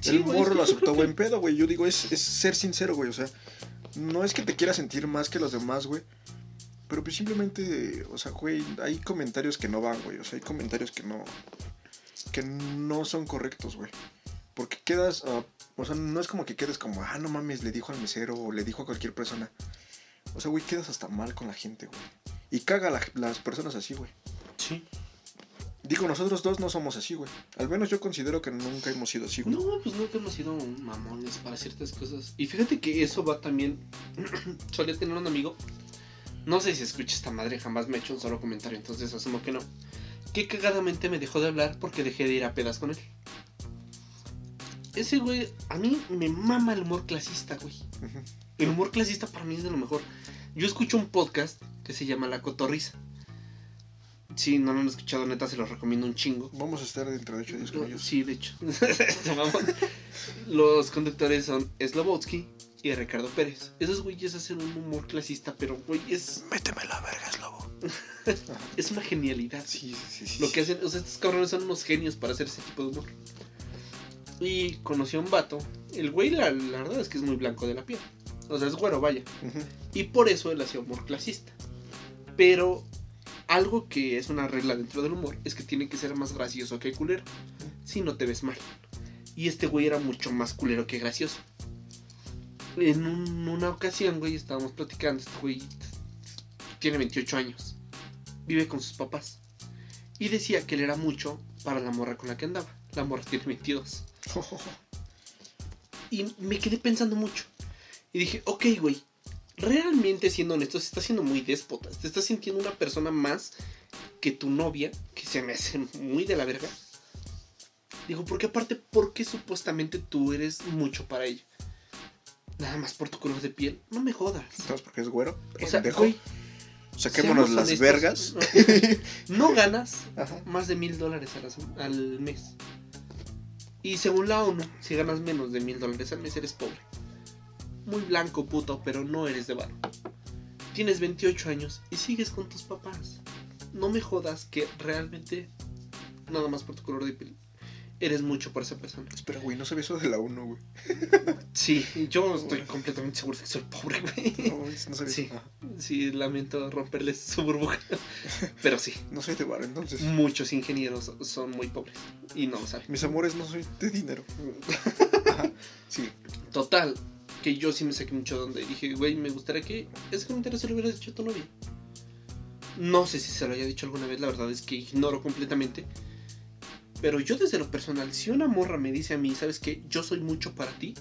Speaker 3: Sí,
Speaker 4: el
Speaker 3: güey,
Speaker 4: morro
Speaker 3: es que yo creo
Speaker 4: lo aceptó
Speaker 3: que-
Speaker 4: buen pedo, güey. Yo digo, es, es ser sincero, güey. O sea, no es que te quieras sentir más que los demás, güey. Pero pues simplemente, o sea, güey, hay comentarios que no van, güey. O sea, hay comentarios que no. que no son correctos, güey. Porque quedas. ah, o sea, no es como que quedes como, ah, no mames, le dijo al mesero o le dijo a cualquier persona. O sea, güey, quedas hasta mal con la gente, güey. Y caga a la- las personas así, güey.
Speaker 3: Sí.
Speaker 4: Digo, nosotros dos no somos así, güey. Al menos yo considero que nunca hemos sido así, güey.
Speaker 3: No, pues nunca hemos sido mamones para ciertas cosas. Y fíjate que eso va también. Solía tener un amigo. No sé si escucha esta madre, jamás me ha hecho un solo comentario, entonces asumo que no. Que cagadamente me dejó de hablar porque dejé de ir a pedas con él. Ese güey, a mí me mama el humor clasista, güey.
Speaker 4: Ujú.
Speaker 3: El humor clasista para mí es de lo mejor. Yo escucho un podcast que se llama La Cotorrisa. Si no lo han escuchado, neta, se los recomiendo un chingo.
Speaker 4: Vamos a estar dentro de ocho días con
Speaker 3: No,
Speaker 4: ellos.
Speaker 3: Sí, de hecho. Este, mamón. Los conductores son Slobotsky y Ricardo Pérez. Esos güeyes hacen un humor clasista, pero güey, es,
Speaker 4: Méteme la verga, es lobo.
Speaker 3: es una genialidad.
Speaker 4: Sí, sí, sí.
Speaker 3: Lo que hacen, o sea, estos cabrones son unos genios para hacer ese tipo de humor. Y conocí a un vato. El güey, la, la verdad es que es muy blanco de la piel. O sea, es güero, vaya.
Speaker 4: Ujú.
Speaker 3: Y por eso él hacía humor clasista. Pero algo que es una regla dentro del humor es que tiene que ser más gracioso que culero. Si no te ves mal. Y este güey era mucho más culero que gracioso. En un- una ocasión, güey, estábamos platicando. Este güey tiene 28 años. Vive con sus papás. Y decía que él era mucho para la morra con la que andaba. La morra tiene 22. Y me quedé pensando mucho. Y dije, ok, güey. Realmente, siendo honesto, se está siendo muy déspota. Te estás sintiendo una persona más que tu novia, que se me hace muy de la verga. Digo, porque aparte, ¿por qué supuestamente tú eres mucho para ella? Nada más por tu color de piel. No me jodas.
Speaker 4: ¿Sabes por qué es güero?
Speaker 3: O sea,
Speaker 4: Pendejo.
Speaker 3: güey,
Speaker 4: Saquémonos
Speaker 3: seamos
Speaker 4: las
Speaker 3: honestos.
Speaker 4: vergas.
Speaker 3: No ganas
Speaker 4: Ajá.
Speaker 3: más de mil dólares a la sem- al mes. Y según la ONU, si ganas menos de mil dólares al mes, eres pobre. Muy blanco, puto, pero no eres de barro. Tienes 28 años y sigues con tus papás. No me jodas que realmente, nada más por tu color de piel, eres mucho por esa persona.
Speaker 4: Espera, güey, no sabía eso de la 1, güey.
Speaker 3: Sí, yo estoy completamente seguro de que soy pobre, güey.
Speaker 4: No, güey, no sabía.
Speaker 3: Sí.
Speaker 4: Ajá.
Speaker 3: Sí, lamento romperles su burbuja. Pero sí,
Speaker 4: No soy de bar, entonces.
Speaker 3: muchos ingenieros son muy pobres y no lo saben.
Speaker 4: Mis amores, no soy de dinero. Ajá. Sí.
Speaker 3: Total, que yo sí me saqué mucho donde dije, güey, me gustaría que ese comentario se lo hubieras dicho a tu novia. No sé si se lo haya dicho alguna vez, la verdad es que ignoro completamente. Pero yo desde lo personal, si una morra me dice a mí, ¿sabes qué? Yo soy mucho para ti,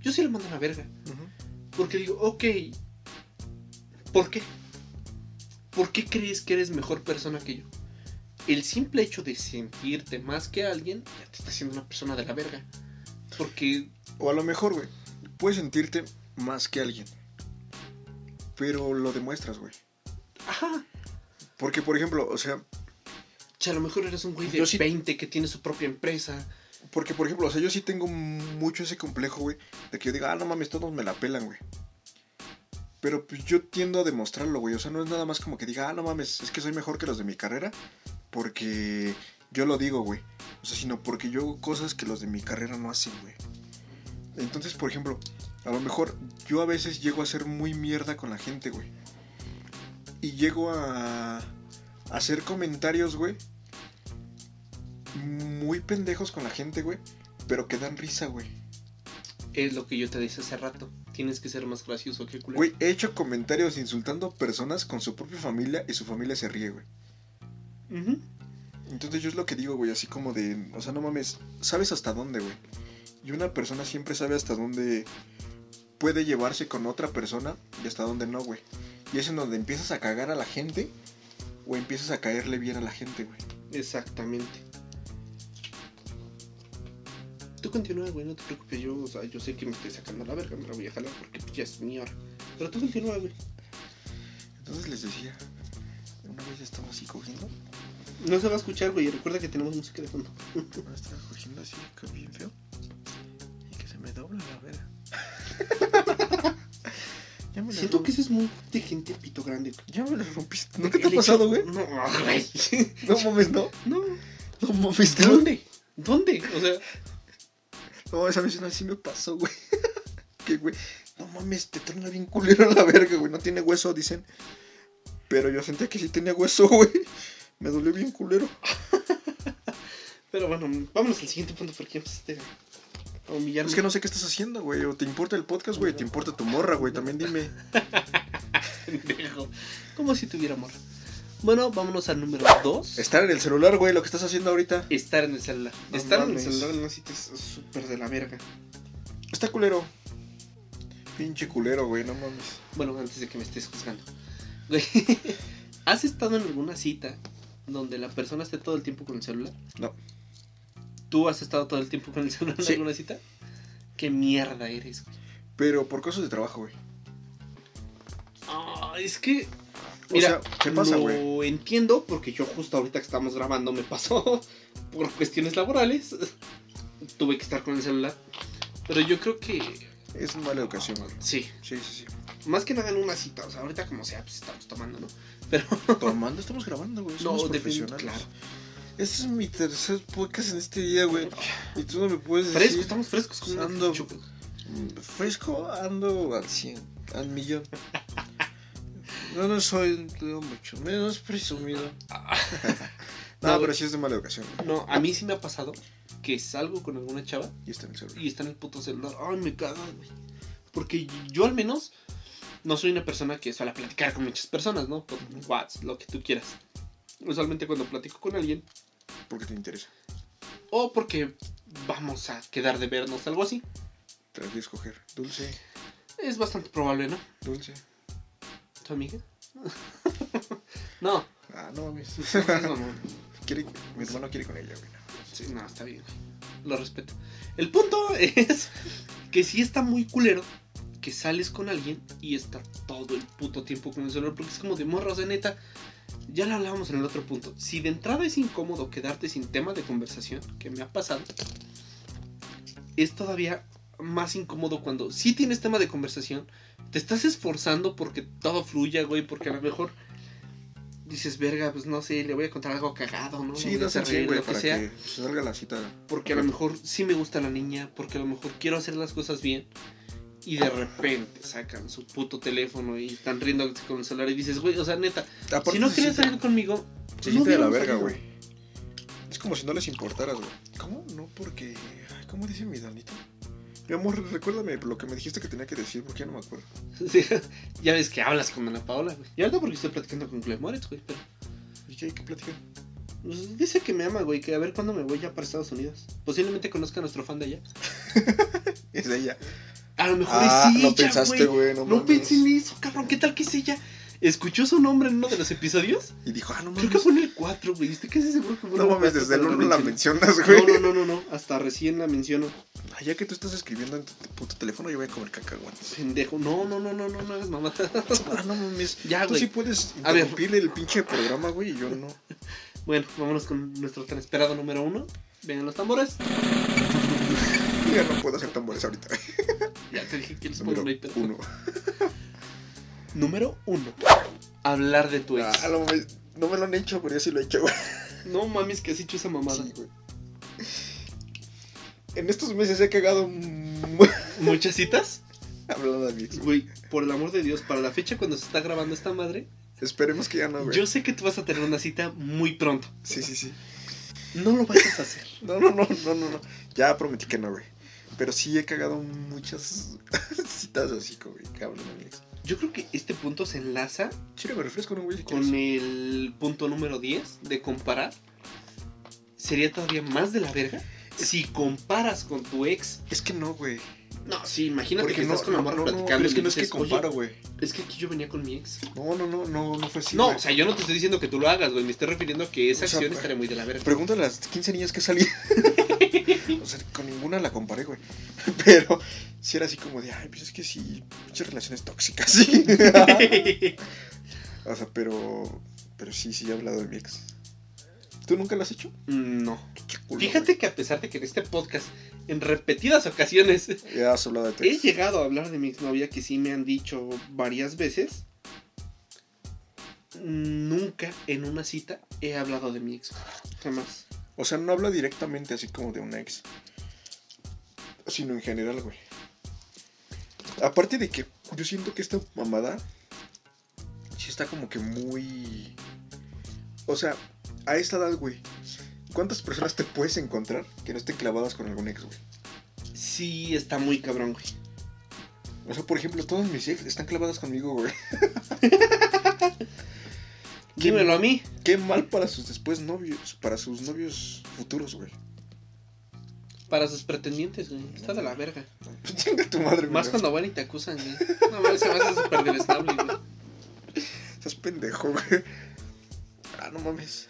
Speaker 3: yo sí le mando una verga.
Speaker 4: Ujú.
Speaker 3: Porque digo, ok, ¿por qué? ¿Por qué crees que eres mejor persona que yo? El simple hecho de sentirte más que alguien ya te está haciendo una persona de la verga. Porque
Speaker 4: O a lo mejor, güey, puedes sentirte más que alguien. Pero lo demuestras, güey.
Speaker 3: Ajá.
Speaker 4: Porque, por ejemplo, o sea,
Speaker 3: Che, a lo mejor eres un güey de
Speaker 4: Yo sí-
Speaker 3: 20 que tiene su propia empresa.
Speaker 4: porque, por ejemplo, o sea, yo sí tengo mucho ese complejo, güey, de que yo diga, ah, no mames, todos me la pelan, güey. Pero pues yo tiendo a demostrarlo, güey. O sea, no es nada más como que diga, ah, no mames, es que soy mejor que los de mi carrera. Porque yo lo digo, güey. O sea, sino porque yo hago cosas que los de mi carrera no hacen, güey. Entonces, por ejemplo, a lo mejor yo a veces llego a ser muy mierda con la gente, güey. Y llego a, a hacer comentarios, güey. Muy pendejos con la gente, güey. Pero que dan risa, güey.
Speaker 3: Es lo que yo te dije hace rato. Tienes que ser más gracioso que culero.
Speaker 4: Güey, he hecho comentarios insultando a personas con su propia familia y su familia se ríe, güey.
Speaker 3: Ujú.
Speaker 4: Entonces yo es lo que digo, güey, así como de, o sea, no mames, sabes hasta dónde, güey. Y una persona siempre sabe hasta dónde puede llevarse con otra persona y hasta dónde no, güey. Y es en donde empiezas a cagar a la gente o empiezas a caerle bien a la gente, güey.
Speaker 3: Exactamente. Tú continúa, güey, no te preocupes. Yo, o sea, yo sé que me estoy sacando la verga, me la voy a jalar porque ya es mi hora. Pero tú continúa, güey.
Speaker 4: Entonces les decía, una vez estaba así cogiendo,
Speaker 3: No se va a escuchar, güey. Recuerda que tenemos música de fondo.
Speaker 4: una vez estaba cogiendo así, que bien feo, y que se me dobla la verga. ya me la
Speaker 3: Siento
Speaker 4: rompí.
Speaker 3: que eso es muy de gente pito grande.
Speaker 4: Ya me lo rompiste. ¿Nunca te
Speaker 3: El
Speaker 4: ha
Speaker 3: hecho-
Speaker 4: pasado, güey?
Speaker 3: No, güey.
Speaker 4: No mames, no.
Speaker 3: No.
Speaker 4: No mames, no.
Speaker 3: ¿Dónde? ¿Dónde? O sea,
Speaker 4: No, esa vez no, sí me pasó, güey. que, güey. No mames, te torna bien culero a la verga, güey. No tiene hueso, dicen. Pero yo sentía que sí tenía hueso, güey. Me dolió bien culero.
Speaker 3: pero bueno, vámonos al siguiente punto porque ya empezaste a humillarme.
Speaker 4: Es que no sé qué estás haciendo, güey. O te importa el podcast, güey. Te importa tu morra, güey. También dime.
Speaker 3: pendejo. Como si tuviera amor. Bueno, vámonos al número 2.
Speaker 4: Estar en el celular, güey. Lo que estás haciendo ahorita.
Speaker 3: Estar en el celular.
Speaker 4: No
Speaker 3: Estar
Speaker 4: mames.
Speaker 3: en el celular en una cita es súper de la verga.
Speaker 4: Está culero. Pinche culero, güey. No mames.
Speaker 3: Bueno, antes de que me estés juzgando. Güey, ¿Has estado en alguna cita donde la persona esté todo el tiempo con el celular?
Speaker 4: No.
Speaker 3: ¿Tú has estado todo el tiempo con el celular en
Speaker 4: Sí.
Speaker 3: alguna cita? ¿Qué mierda eres, güey?
Speaker 4: Pero por cosas de trabajo, güey.
Speaker 3: Ah, es que.
Speaker 4: O
Speaker 3: Mira,
Speaker 4: sea, ¿qué pasa, güey?
Speaker 3: lo entiendo porque yo justo ahorita que estamos grabando me pasó por cuestiones laborales. Tuve que estar con el celular. Pero yo creo que
Speaker 4: Es mala educación, güey.
Speaker 3: sí.
Speaker 4: Sí, sí, sí.
Speaker 3: Más que nada en una cita. O sea, ahorita como sea, pues estamos tomando, ¿no? Pero
Speaker 4: Tomando, estamos grabando, güey. Somos
Speaker 3: No, defin-
Speaker 4: profesionales.
Speaker 3: claro.
Speaker 4: Este es mi tercer podcast en este día, güey. Y tú no me puedes
Speaker 3: frescos,
Speaker 4: decir.
Speaker 3: estamos frescos con
Speaker 4: Ando-
Speaker 3: una chupa.
Speaker 4: Mm, Fresco ando al 100, al millón. No, no soy no, mucho menos presumido. no,
Speaker 3: No,
Speaker 4: pero
Speaker 3: güey.
Speaker 4: sí es de mala educación. güey.
Speaker 3: No, a mí sí me ha pasado que salgo con alguna chava
Speaker 4: Y está en el celular.
Speaker 3: y está en el puto celular. Ay, me caga, güey. Porque yo al menos no soy una persona que suele platicar con muchas personas, ¿no? Por WhatsApp, lo que tú quieras. Usualmente cuando platico con alguien
Speaker 4: Porque te interesa.
Speaker 3: o porque vamos a quedar de vernos, algo así.
Speaker 4: Te las voy a escoger. Dulce,
Speaker 3: Es bastante probable, ¿no?
Speaker 4: dulce.
Speaker 3: ¿Tu amiga? no.
Speaker 4: Ah, no mames.
Speaker 3: no, seas mamón.
Speaker 4: Quiere- mi hermano quiere con ella, güey. no.
Speaker 3: Sí, no, está bien, güey. Lo respeto. El punto es que sí está muy culero que sales con alguien y está todo el puto tiempo con el celular. Porque es como de morros, de neta. Ya lo hablábamos en el otro punto. Si de entrada es incómodo quedarte sin tema de conversación, que me ha pasado, es todavía más incómodo cuando sí tienes tema de conversación, te estás esforzando porque todo fluya, güey, porque a lo mejor dices, verga, pues no sé, le voy a contar algo cagado, ¿no? Le
Speaker 4: Sí,
Speaker 3: voy a
Speaker 4: das el
Speaker 3: hacer reír,
Speaker 4: cien, güey,
Speaker 3: lo que
Speaker 4: para
Speaker 3: sea
Speaker 4: que salga la cita.
Speaker 3: porque a lo mejor sí me gusta la niña, porque a lo mejor quiero hacer las cosas bien. Y de repente sacan su puto teléfono y están riendo con el celular y dices, güey, o sea, neta,
Speaker 4: Aparte,
Speaker 3: si no
Speaker 4: se
Speaker 3: querías
Speaker 4: siente-
Speaker 3: salir conmigo, pues
Speaker 4: Se
Speaker 3: no
Speaker 4: siente de la
Speaker 3: hubiéramos
Speaker 4: verga,
Speaker 3: salido.
Speaker 4: güey. Es como si no les importaras, güey. ¿Cómo? No, porque. ay, ¿Cómo dice mi Danito? Mi amor, recuérdame lo que me dijiste que tenía que decir, porque ya no me acuerdo.
Speaker 3: Sí, ya ves que hablas con Ana Paola, güey. Y ahorita porque estoy platicando con Clemores, güey, pero
Speaker 4: ¿Y qué hay que platicar?
Speaker 3: pues, dice que me ama, güey, que a ver cuándo me voy ya para Estados Unidos. Posiblemente conozca a nuestro fan de allá.
Speaker 4: Es de ella.
Speaker 3: A lo mejor
Speaker 4: Ah,
Speaker 3: es ella,
Speaker 4: no pensaste, güey. No,
Speaker 3: No
Speaker 4: mames.
Speaker 3: pensé en eso, cabrón, ¿qué tal que es ella? ¿Escuchó su nombre en uno de los episodios?
Speaker 4: Y dijo, ah, no
Speaker 3: Creo que
Speaker 4: mames.
Speaker 3: fue en el 4, güey. Estoy casi seguro que fue en
Speaker 4: No mames,
Speaker 3: cuatro,
Speaker 4: desde el
Speaker 3: pero
Speaker 4: 1 la
Speaker 3: mencioné.
Speaker 4: mencionas, güey.
Speaker 3: No, no, no, no, no. Hasta recién la menciono.
Speaker 4: Ah, Ya que tú estás escribiendo en tu tu puto teléfono, yo voy a comer cacahuates.
Speaker 3: Pendejo. No, no, no, no, no, no hagas mamá.
Speaker 4: Ah, no mames.
Speaker 3: Ya,
Speaker 4: Tú
Speaker 3: güey.
Speaker 4: sí puedes
Speaker 3: A ver.
Speaker 4: interrumpirle el pinche programa, güey, y yo no.
Speaker 3: Bueno, vámonos con nuestro tan esperado número uno. Vengan los tambores.
Speaker 4: Ya no puedo hacer tambores ahorita.
Speaker 3: Ya te dije que les pongo
Speaker 4: Número
Speaker 3: un iPad.
Speaker 4: uno.
Speaker 3: Número uno. Hablar de tu ex.
Speaker 4: Ah, no mames. No me lo han hecho, pero yo sí lo he hecho, güey.
Speaker 3: No mames, que has hecho esa mamada.
Speaker 4: Sí, güey. En estos meses he cagado mm,
Speaker 3: Muchas citas.
Speaker 4: hablando de mí.
Speaker 3: Güey, por el amor de Dios, para la fecha cuando se está grabando esta madre,
Speaker 4: Esperemos que ya no, güey.
Speaker 3: yo sé que tú vas a tener una cita muy pronto.
Speaker 4: Sí, sí, sí.
Speaker 3: No lo vayas a hacer.
Speaker 4: No, no, no, no, no, no. Ya prometí que no, güey. Pero sí he cagado muchas citas así, güey. Que hablan de mí.
Speaker 3: Yo creo que este punto se enlaza
Speaker 4: Chile, me refresco, ¿no, güey?
Speaker 3: con el punto número 10 de comparar, sería todavía más de la verga si comparas con tu ex.
Speaker 4: Es que no, güey.
Speaker 3: No, sí, imagínate
Speaker 4: Porque
Speaker 3: que
Speaker 4: no,
Speaker 3: estás con la
Speaker 4: no,
Speaker 3: morra
Speaker 4: no, no,
Speaker 3: platicando.
Speaker 4: pero es
Speaker 3: y
Speaker 4: que
Speaker 3: le
Speaker 4: no es que
Speaker 3: dices, "Oye,
Speaker 4: comparo, güey.
Speaker 3: Es que aquí yo venía con mi ex.
Speaker 4: No, no, no, no, no fue así.
Speaker 3: no,
Speaker 4: güey.
Speaker 3: o sea, yo no te estoy diciendo que tú lo hagas, güey. Me estoy refiriendo a que esa
Speaker 4: O sea, pues,
Speaker 3: acción
Speaker 4: pa-
Speaker 3: estaría muy de la verga.
Speaker 4: Pregúntale a las 15 niñas que salí. o sea, con ninguna la comparé, güey. Pero si era así como de, ay, pues es que sí, muchas relaciones tóxicas, sí. o sea, pero. Pero sí, sí he hablado de mi ex. ¿Tú nunca lo has hecho?
Speaker 3: Mm, no.
Speaker 4: Qué culo,
Speaker 3: Fíjate que a pesar de que en este podcast, en repetidas ocasiones,
Speaker 4: güey. Ya has hablado de tu
Speaker 3: he
Speaker 4: ex.
Speaker 3: llegado a hablar de mi exnovia que sí me han dicho varias veces. Nunca en una cita he hablado de mi ex. Jamás.
Speaker 4: O sea, no habla directamente así como de una ex. Sino en general, güey. Aparte de que yo siento que esta mamada sí está como que muy... O sea, a esta edad, güey. ¿Cuántas personas te puedes encontrar que no estén clavadas con algún ex, güey?
Speaker 3: Sí, está muy cabrón, güey.
Speaker 4: O sea, por ejemplo, todas mis ex están clavadas conmigo, güey.
Speaker 3: Dímelo a mí.
Speaker 4: Qué mal para sus después novios, para sus novios futuros, güey.
Speaker 3: Para sus pretendientes, güey. Está de la verga.
Speaker 4: Chinga tu madre, güey.
Speaker 3: Más cuando van y te acusan, güey. No mames, se me hace súper detestable, güey.
Speaker 4: Estás pendejo, güey. Ah, no mames.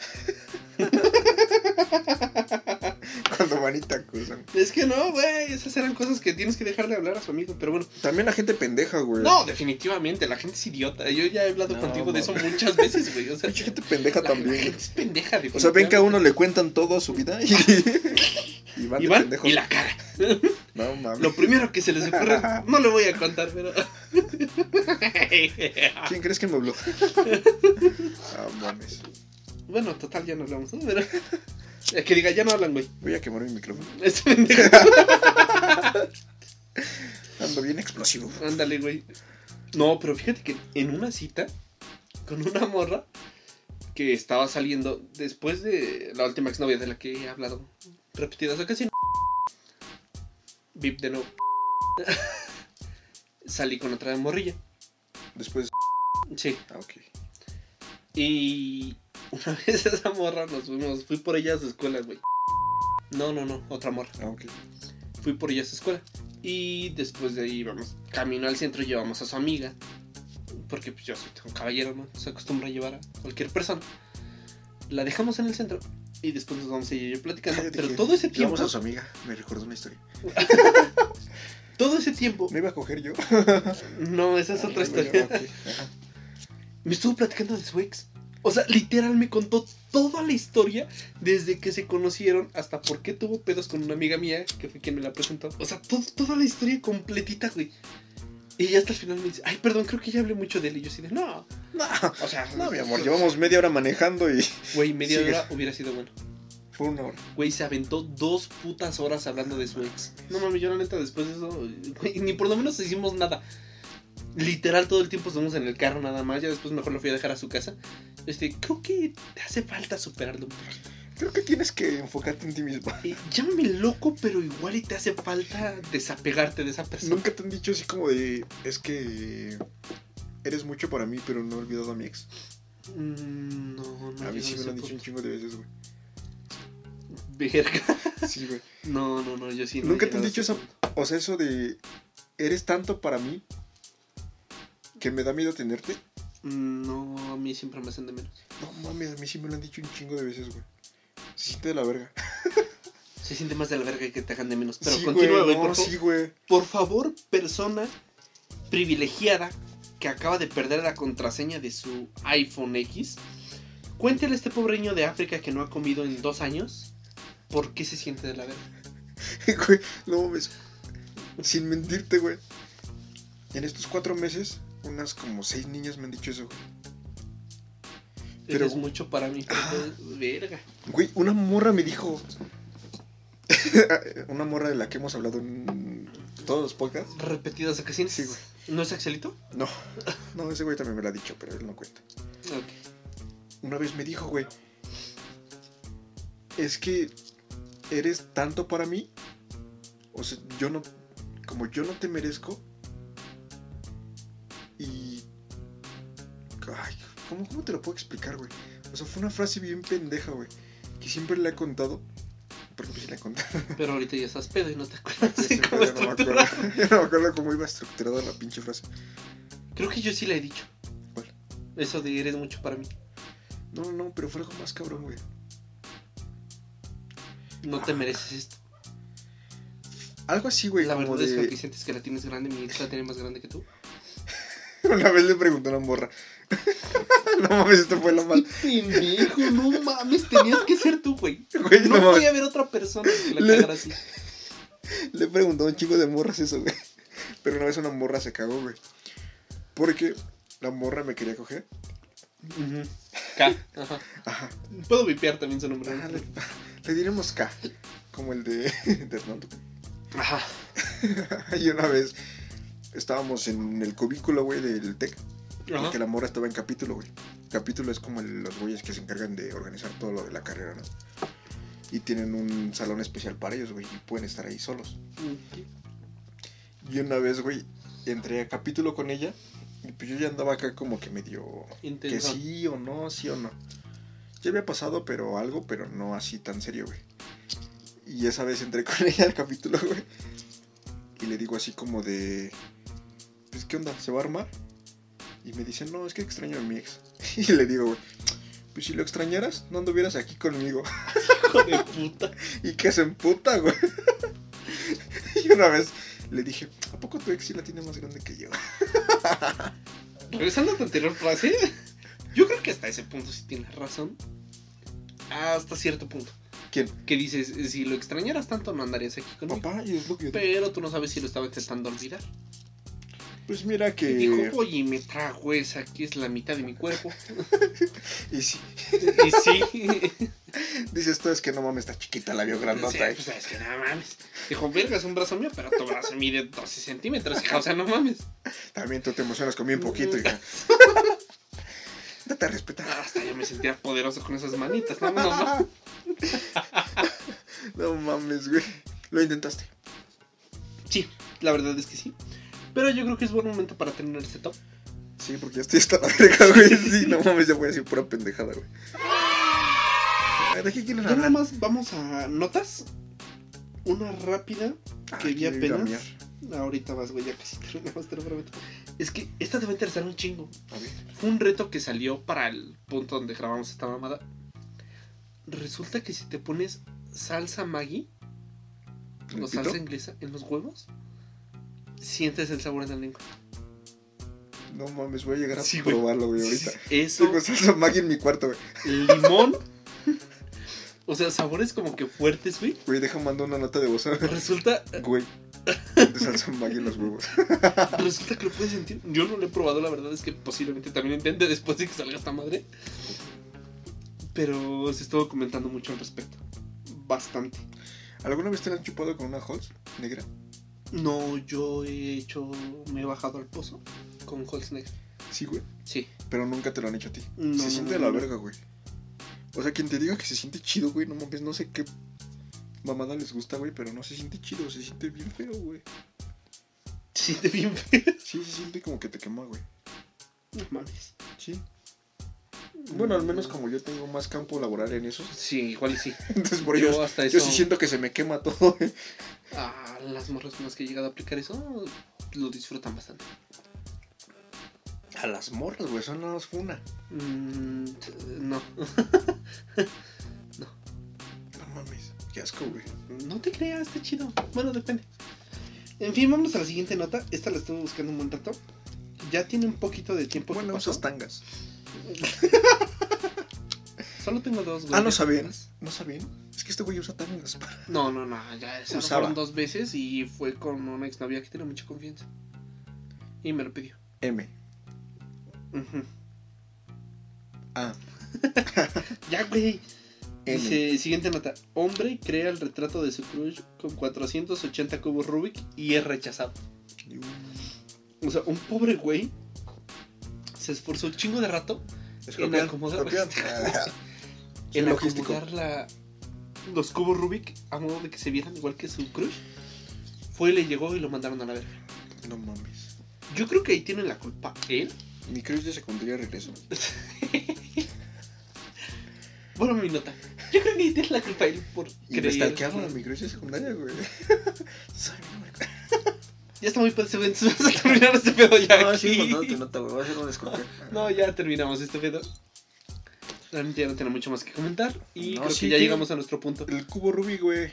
Speaker 4: Cuando van y te acusan.
Speaker 3: Es que no, güey. Esas eran cosas que tienes que dejar de hablar a su amigo. Pero bueno.
Speaker 4: También la gente pendeja, güey.
Speaker 3: No, definitivamente. La gente es idiota. Yo ya he hablado
Speaker 4: No,
Speaker 3: contigo de eso
Speaker 4: mames.
Speaker 3: muchas veces, güey. O sea,
Speaker 4: Mucha gente pendeja
Speaker 3: la- La
Speaker 4: también.
Speaker 3: gente es pendeja,
Speaker 4: O sea, ven que a uno le cuentan todo su vida y, y van de
Speaker 3: Iván
Speaker 4: pendejos.
Speaker 3: y la cara.
Speaker 4: No mames.
Speaker 3: Lo primero que se les ocurre, no lo voy a contar, pero.
Speaker 4: ¿Quién crees que me habló? Ah, mames.
Speaker 3: bueno, total, ya no hablamos, ¿no? Pero. Es que diga, ya no hablan, güey.
Speaker 4: Voy a quemar mi micrófono.
Speaker 3: Este pendejo.
Speaker 4: Ando bien explosivo.
Speaker 3: Ándale, güey. No, pero fíjate que en una cita con una morra que estaba saliendo después de la última exnovia de la que he hablado repetidas ocasiones. Vip de nuevo. Salí con otra morrilla.
Speaker 4: Después.
Speaker 3: Sí.
Speaker 4: Ah, ok.
Speaker 3: Y una vez esa morra nos fuimos. Fui por ella a su escuela, güey. No, no, no, otra morra.
Speaker 4: Ah, ok.
Speaker 3: Fui por ella a su escuela. Y después de ahí vamos camino al centro y llevamos a su amiga. Porque pues yo soy un caballero, ¿no? Se acostumbra a llevar a cualquier persona. La dejamos en el centro y después nos vamos a ir platicando.
Speaker 4: Yo
Speaker 3: Pero
Speaker 4: dije,
Speaker 3: todo ese tiempo,
Speaker 4: Llevamos a su amiga. Me recordó una historia.
Speaker 3: todo ese tiempo,
Speaker 4: ¿Me iba a coger yo?
Speaker 3: no, esa es otra
Speaker 4: Ah, bueno,
Speaker 3: historia.
Speaker 4: ok. Ajá.
Speaker 3: Me estuvo platicando de su ex. O sea, literal me contó toda la historia desde que se conocieron hasta por qué tuvo pedos con una amiga mía, que fue quien me la presentó. O sea, to- toda la historia completita, güey. Y ya hasta el final me dice, ay, perdón, creo que ya hablé mucho de él. Y yo así de, no,
Speaker 4: No,
Speaker 3: o sea...
Speaker 4: no, mi amor. Llevamos media hora manejando y
Speaker 3: Güey, media
Speaker 4: Sigue.
Speaker 3: hora hubiera sido bueno.
Speaker 4: fue una hora.
Speaker 3: Güey, se aventó dos putas horas hablando de su ex. No mames, yo la neta después de eso, güey, ni por lo menos hicimos nada. Literal todo el tiempo estuvimos en el carro nada más, ya después mejor lo fui a dejar a su casa. Este, creo que te hace falta superarlo. un poquito.
Speaker 4: Creo que tienes que enfocarte en ti mismo.
Speaker 3: Eh, llámame loco, pero igual y te hace falta desapegarte de esa persona.
Speaker 4: Nunca te han dicho así como de. Es que. Eres mucho para mí, pero no he olvidado a mi ex.
Speaker 3: Mm, No, no.
Speaker 4: A mí
Speaker 3: llego
Speaker 4: sí me
Speaker 3: ese
Speaker 4: lo han dicho un
Speaker 3: punto.
Speaker 4: chingo de veces, güey.
Speaker 3: Verga.
Speaker 4: Sí, güey.
Speaker 3: No, no, no, yo sí. no he
Speaker 4: Nunca te han
Speaker 3: llegado a
Speaker 4: dicho
Speaker 3: ese
Speaker 4: eso.
Speaker 3: punto.
Speaker 4: O sea, eso de. Eres tanto para mí. Que me da miedo tenerte.
Speaker 3: Mm, No, a mí siempre me hacen de menos.
Speaker 4: No mames, a mí sí me lo han dicho un chingo de veces, güey. Se siente de la verga.
Speaker 3: Se siente más de la verga que te hagan de menos. Pero
Speaker 4: sí,
Speaker 3: continúa,
Speaker 4: güey.
Speaker 3: güey,
Speaker 4: No,
Speaker 3: por favor.
Speaker 4: sí, güey.
Speaker 3: Por favor, persona privilegiada que acaba de perder la contraseña de su iPhone X, cuéntele a este pobre niño de África que no ha comido en dos años por qué se siente de la verga.
Speaker 4: Güey, no mames. Sin mentirte, güey. En estos cuatro meses, unas como seis niñas me han dicho eso, güey. Pero-
Speaker 3: Eres mucho para mí. pero Verga.
Speaker 4: Güey, una morra me dijo. una morra de la que hemos hablado en todos los podcasts.
Speaker 3: Repetidas ocasiones.
Speaker 4: Sí, güey.
Speaker 3: ¿No es Axelito?
Speaker 4: No, no, ese güey también me lo ha dicho, pero él no cuenta.
Speaker 3: Ok.
Speaker 4: Una vez me dijo, güey. Es que eres tanto para mí. O sea, yo no. Como yo no te merezco. Y. Ay, ¿cómo, cómo te lo puedo explicar, güey? O sea, fue una frase bien pendeja, güey. Que siempre le he contado. Porque pues sí la he contado.
Speaker 3: Pero ahorita ya estás pedo y no te acuerdas de
Speaker 4: Yo
Speaker 3: cómo
Speaker 4: no me acuerdo.
Speaker 3: estructurar.
Speaker 4: Yo no me acuerdo cómo iba estructurada la pinche frase.
Speaker 3: Creo que yo sí le he dicho.
Speaker 4: ¿Cuál?
Speaker 3: Eso de eres mucho para mí.
Speaker 4: No, no, pero fue algo más cabrón, güey.
Speaker 3: No te mereces esto.
Speaker 4: Algo así, güey.
Speaker 3: la
Speaker 4: como
Speaker 3: verdad es que
Speaker 4: de-
Speaker 3: aunque sientes que la tienes grande, mi hija la tiene más grande que tú.
Speaker 4: Una vez le preguntó a una morra. no mames, esto fue lo mal.
Speaker 3: Pendejo, no mames, tenías que ser tú, güey.
Speaker 4: Güey,
Speaker 3: No
Speaker 4: no mames.
Speaker 3: podía haber otra persona que la
Speaker 4: Le-
Speaker 3: cagara así.
Speaker 4: Le preguntó a un chico de morras eso, güey. Pero una vez una morra se cagó, güey. Porque la morra me quería coger.
Speaker 3: K, ajá.
Speaker 4: Ajá.
Speaker 3: Puedo vipear también su nombre.
Speaker 4: Ah, le, le diremos K. Como el de, de Hernando.
Speaker 3: Ajá.
Speaker 4: y una vez estábamos en el cubículo, güey, del TEC.
Speaker 3: ajá.
Speaker 4: Porque la morra estaba en capítulo, güey. Capítulo es como el- los güeyes que se encargan de organizar todo lo de la carrera, ¿no? Y tienen un salón especial para ellos, güey, y pueden estar ahí solos.
Speaker 3: Mm,
Speaker 4: Y una vez, güey, entré a capítulo con ella, y pues yo ya andaba acá como que medio... Que
Speaker 3: Intenso.
Speaker 4: sí o no, sí o no. Ya había pasado, pero algo, pero no así tan serio, güey. Y esa vez entré con ella al capítulo, güey. Y le digo así como de... Pues, ¿qué onda? ¿Se va a armar? Y me dice, no, es que extraño a mi ex. Y le digo, güey, pues si lo extrañaras, no anduvieras aquí conmigo.
Speaker 3: Hijo de puta.
Speaker 4: Y que se emputa, güey. Y una vez le dije, ¿a poco tu ex sí la tiene más grande que yo?
Speaker 3: Regresando a tu anterior frase, yo creo que hasta ese punto sí tienes razón. Hasta cierto punto.
Speaker 4: ¿Quién?
Speaker 3: Que dices, si lo extrañaras tanto no andarías aquí conmigo.
Speaker 4: Papá, y es lo que yo digo.
Speaker 3: Pero tú no sabes si lo estaba intentando olvidar.
Speaker 4: Pues mira
Speaker 3: Y
Speaker 4: que.
Speaker 3: dijo, oye, me trajo esa, aquí es la mitad de mi cuerpo. "Pues-".
Speaker 4: Y sí,
Speaker 3: y sí.
Speaker 4: dices tú es que no mames, está chiquita la vio
Speaker 3: Sí,
Speaker 4: grandota. eh.
Speaker 3: pues, es que nada mames. Dijo, verga, es un brazo mío, pero tu brazo mide 12 centímetros, hija, o sea, no mames.
Speaker 4: También tú te emocionas con bien poquito, hija.
Speaker 3: Mm.
Speaker 4: Date a respetar.
Speaker 3: Hasta yo me sentía poderoso con esas manitas, no, Ah, no mames.
Speaker 4: no mames, güey. Lo intentaste.
Speaker 3: Sí, la verdad es que sí. Pero yo creo que es buen momento para terminar este top.
Speaker 4: Sí, porque ya estoy hasta la verga, güey. Sí, no mames, ya voy a decir pura pendejada, güey. Ay, ¿De qué quieren
Speaker 3: Ya nada
Speaker 4: hablar?
Speaker 3: más vamos a notas. Una rápida.
Speaker 4: Ah,
Speaker 3: que vi
Speaker 4: quiero ir a
Speaker 3: apenas.
Speaker 4: mear.
Speaker 3: Ahorita vas, güey, ya casi terminamos, te lo prometo. Es que esta te va a interesar un chingo.
Speaker 4: A ver.
Speaker 3: Fue un reto que salió para el punto donde grabamos esta mamada. Resulta que si te pones salsa Maggi
Speaker 4: ¿En
Speaker 3: o
Speaker 4: el pito?
Speaker 3: salsa inglesa en los huevos, sientes el sabor en la lengua.
Speaker 4: No mames, voy a llegar a
Speaker 3: Sí, güey.
Speaker 4: probarlo, güey,
Speaker 3: Sí, sí,
Speaker 4: ahorita.
Speaker 3: sí. Eso,
Speaker 4: Tengo salsa Maggi en mi cuarto, güey.
Speaker 3: limón. O sea, sabores como que fuertes, güey.
Speaker 4: Güey, deja mando una nota de voz.
Speaker 3: Resulta,
Speaker 4: Güey. De salsa Maggi en los huevos.
Speaker 3: resulta que lo puedes sentir. Yo no lo he probado, la verdad es que posiblemente también intente después de que salga esta madre. Pero se estuvo comentando mucho al respecto. Bastante.
Speaker 4: ¿Alguna vez te la han chupado con una Halls negra?
Speaker 3: No, yo he hecho. Me he bajado al pozo con Holz Negra.
Speaker 4: Sí, güey.
Speaker 3: Sí.
Speaker 4: Pero nunca te lo han hecho a ti.
Speaker 3: No,
Speaker 4: se
Speaker 3: no,
Speaker 4: siente
Speaker 3: no,
Speaker 4: de la
Speaker 3: no.
Speaker 4: verga, güey. O sea, quien te diga que se siente chido, güey, no mames, no sé qué mamada les gusta, güey, pero no se siente chido, se siente bien feo, güey.
Speaker 3: Sí, te bien feo.
Speaker 4: Sí, se siente como que te quema, güey.
Speaker 3: No mames.
Speaker 4: Sí. Bueno, al
Speaker 3: Mm.
Speaker 4: menos como yo tengo más campo laboral en eso,
Speaker 3: Sí, igual y sí.
Speaker 4: entonces por
Speaker 3: yo
Speaker 4: ello.
Speaker 3: hasta
Speaker 4: Yo
Speaker 3: eso.
Speaker 4: sí siento que se me quema todo, güey.
Speaker 3: Ah, las morras con las que he llegado a aplicar eso lo disfrutan bastante.
Speaker 4: A las morras, güey, son nada más funa.
Speaker 3: Mm, no.
Speaker 4: No mames, qué asco, güey.
Speaker 3: No te creas, está chido. Bueno, depende. En fin, vamos a la siguiente nota. Esta la estuve buscando un buen rato. Ya tiene un poquito de tiempo. que
Speaker 4: Bueno,
Speaker 3: pasó.
Speaker 4: usas tangas.
Speaker 3: Solo tengo dos. güey.
Speaker 4: Ah, no sabían. No sabían. Es que este güey usa tangas. para-
Speaker 3: No, no, no, ya se lo
Speaker 4: Usaba.
Speaker 3: fueron dos veces y fue con una exnovia que tenía mucha confianza. Y me lo pidió.
Speaker 4: M.
Speaker 3: Ujú.
Speaker 4: A.
Speaker 3: Ya, güey.
Speaker 4: N.
Speaker 3: Dice, siguiente nota. Hombre crea el retrato de su crush con 480 cubos Rubik y es rechazado.
Speaker 4: Y un-
Speaker 3: O sea, un pobre güey se esforzó un chingo de rato en
Speaker 4: Escorpión.
Speaker 3: acomodar,
Speaker 4: Escorpión. Ah, Soy
Speaker 3: en
Speaker 4: logístico.
Speaker 3: acomodar la- los cubos Rubik a modo de que se vieran igual que su crush. Fue, le llegó y lo mandaron a la verga.
Speaker 4: No mames.
Speaker 3: Yo creo que ahí tiene la culpa él.
Speaker 4: Mi crush de secundaria regreso.
Speaker 3: Bueno, mi nota. Yo creo que ahí tiene la culpa él por
Speaker 4: Y me
Speaker 3: creer.
Speaker 4: stalkearon a mi crush de secundaria, güey. Soy mi número-
Speaker 3: Ya está muy padre, güey, entonces vamos a terminar este pedo ya.
Speaker 4: No,
Speaker 3: aquí.
Speaker 4: sí, contando tu nota, güey. Voy a hacer un escorpión.
Speaker 3: No, ya terminamos este pedo. Realmente ya no tenemos mucho más que comentar. Y
Speaker 4: No,
Speaker 3: creo
Speaker 4: sí,
Speaker 3: que ya
Speaker 4: que-
Speaker 3: llegamos a nuestro punto.
Speaker 4: El cubo Rubí, güey.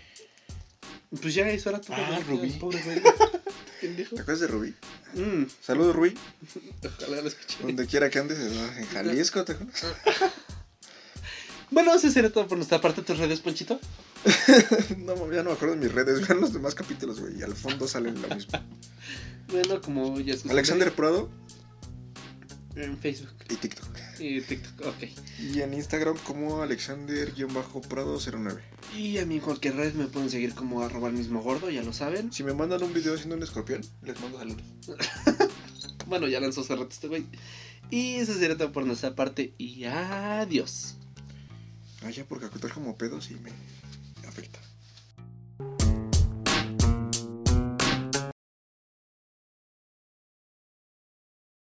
Speaker 3: Pues ya eso era todo.
Speaker 4: Ah,
Speaker 3: güey.
Speaker 4: Rubí.
Speaker 3: Ya, Pobre güey. Pendejo.
Speaker 4: ¿Te acuerdas de Rubí?
Speaker 3: Mm,
Speaker 4: Saludos, Rubí.
Speaker 3: ojalá lo escuché.
Speaker 4: Donde quiera que andes, en Jalisco, ¿te acuerdas?
Speaker 3: Bueno, eso será todo por nuestra parte. Tus redes, Ponchito.
Speaker 4: No, mames, ya no me acuerdo de mis redes. Vean los demás capítulos, güey. Y al fondo salen lo mismo.
Speaker 3: Bueno, como ya escuché.
Speaker 4: Alexander Prado
Speaker 3: En Facebook
Speaker 4: y TikTok.
Speaker 3: y TikTok. Ok.
Speaker 4: Y en Instagram como Alexander-Prado09.
Speaker 3: Y a mí en cualquier red me pueden seguir como arroba el mismo gordo, ya lo saben.
Speaker 4: Si me mandan un video haciendo un escorpión, les mando saludos.
Speaker 3: Bueno, ya lanzó hace rato este güey. Y eso sería todo por nuestra parte. Y adiós.
Speaker 4: Ah, ya, porque acotar como pedos y me afecta.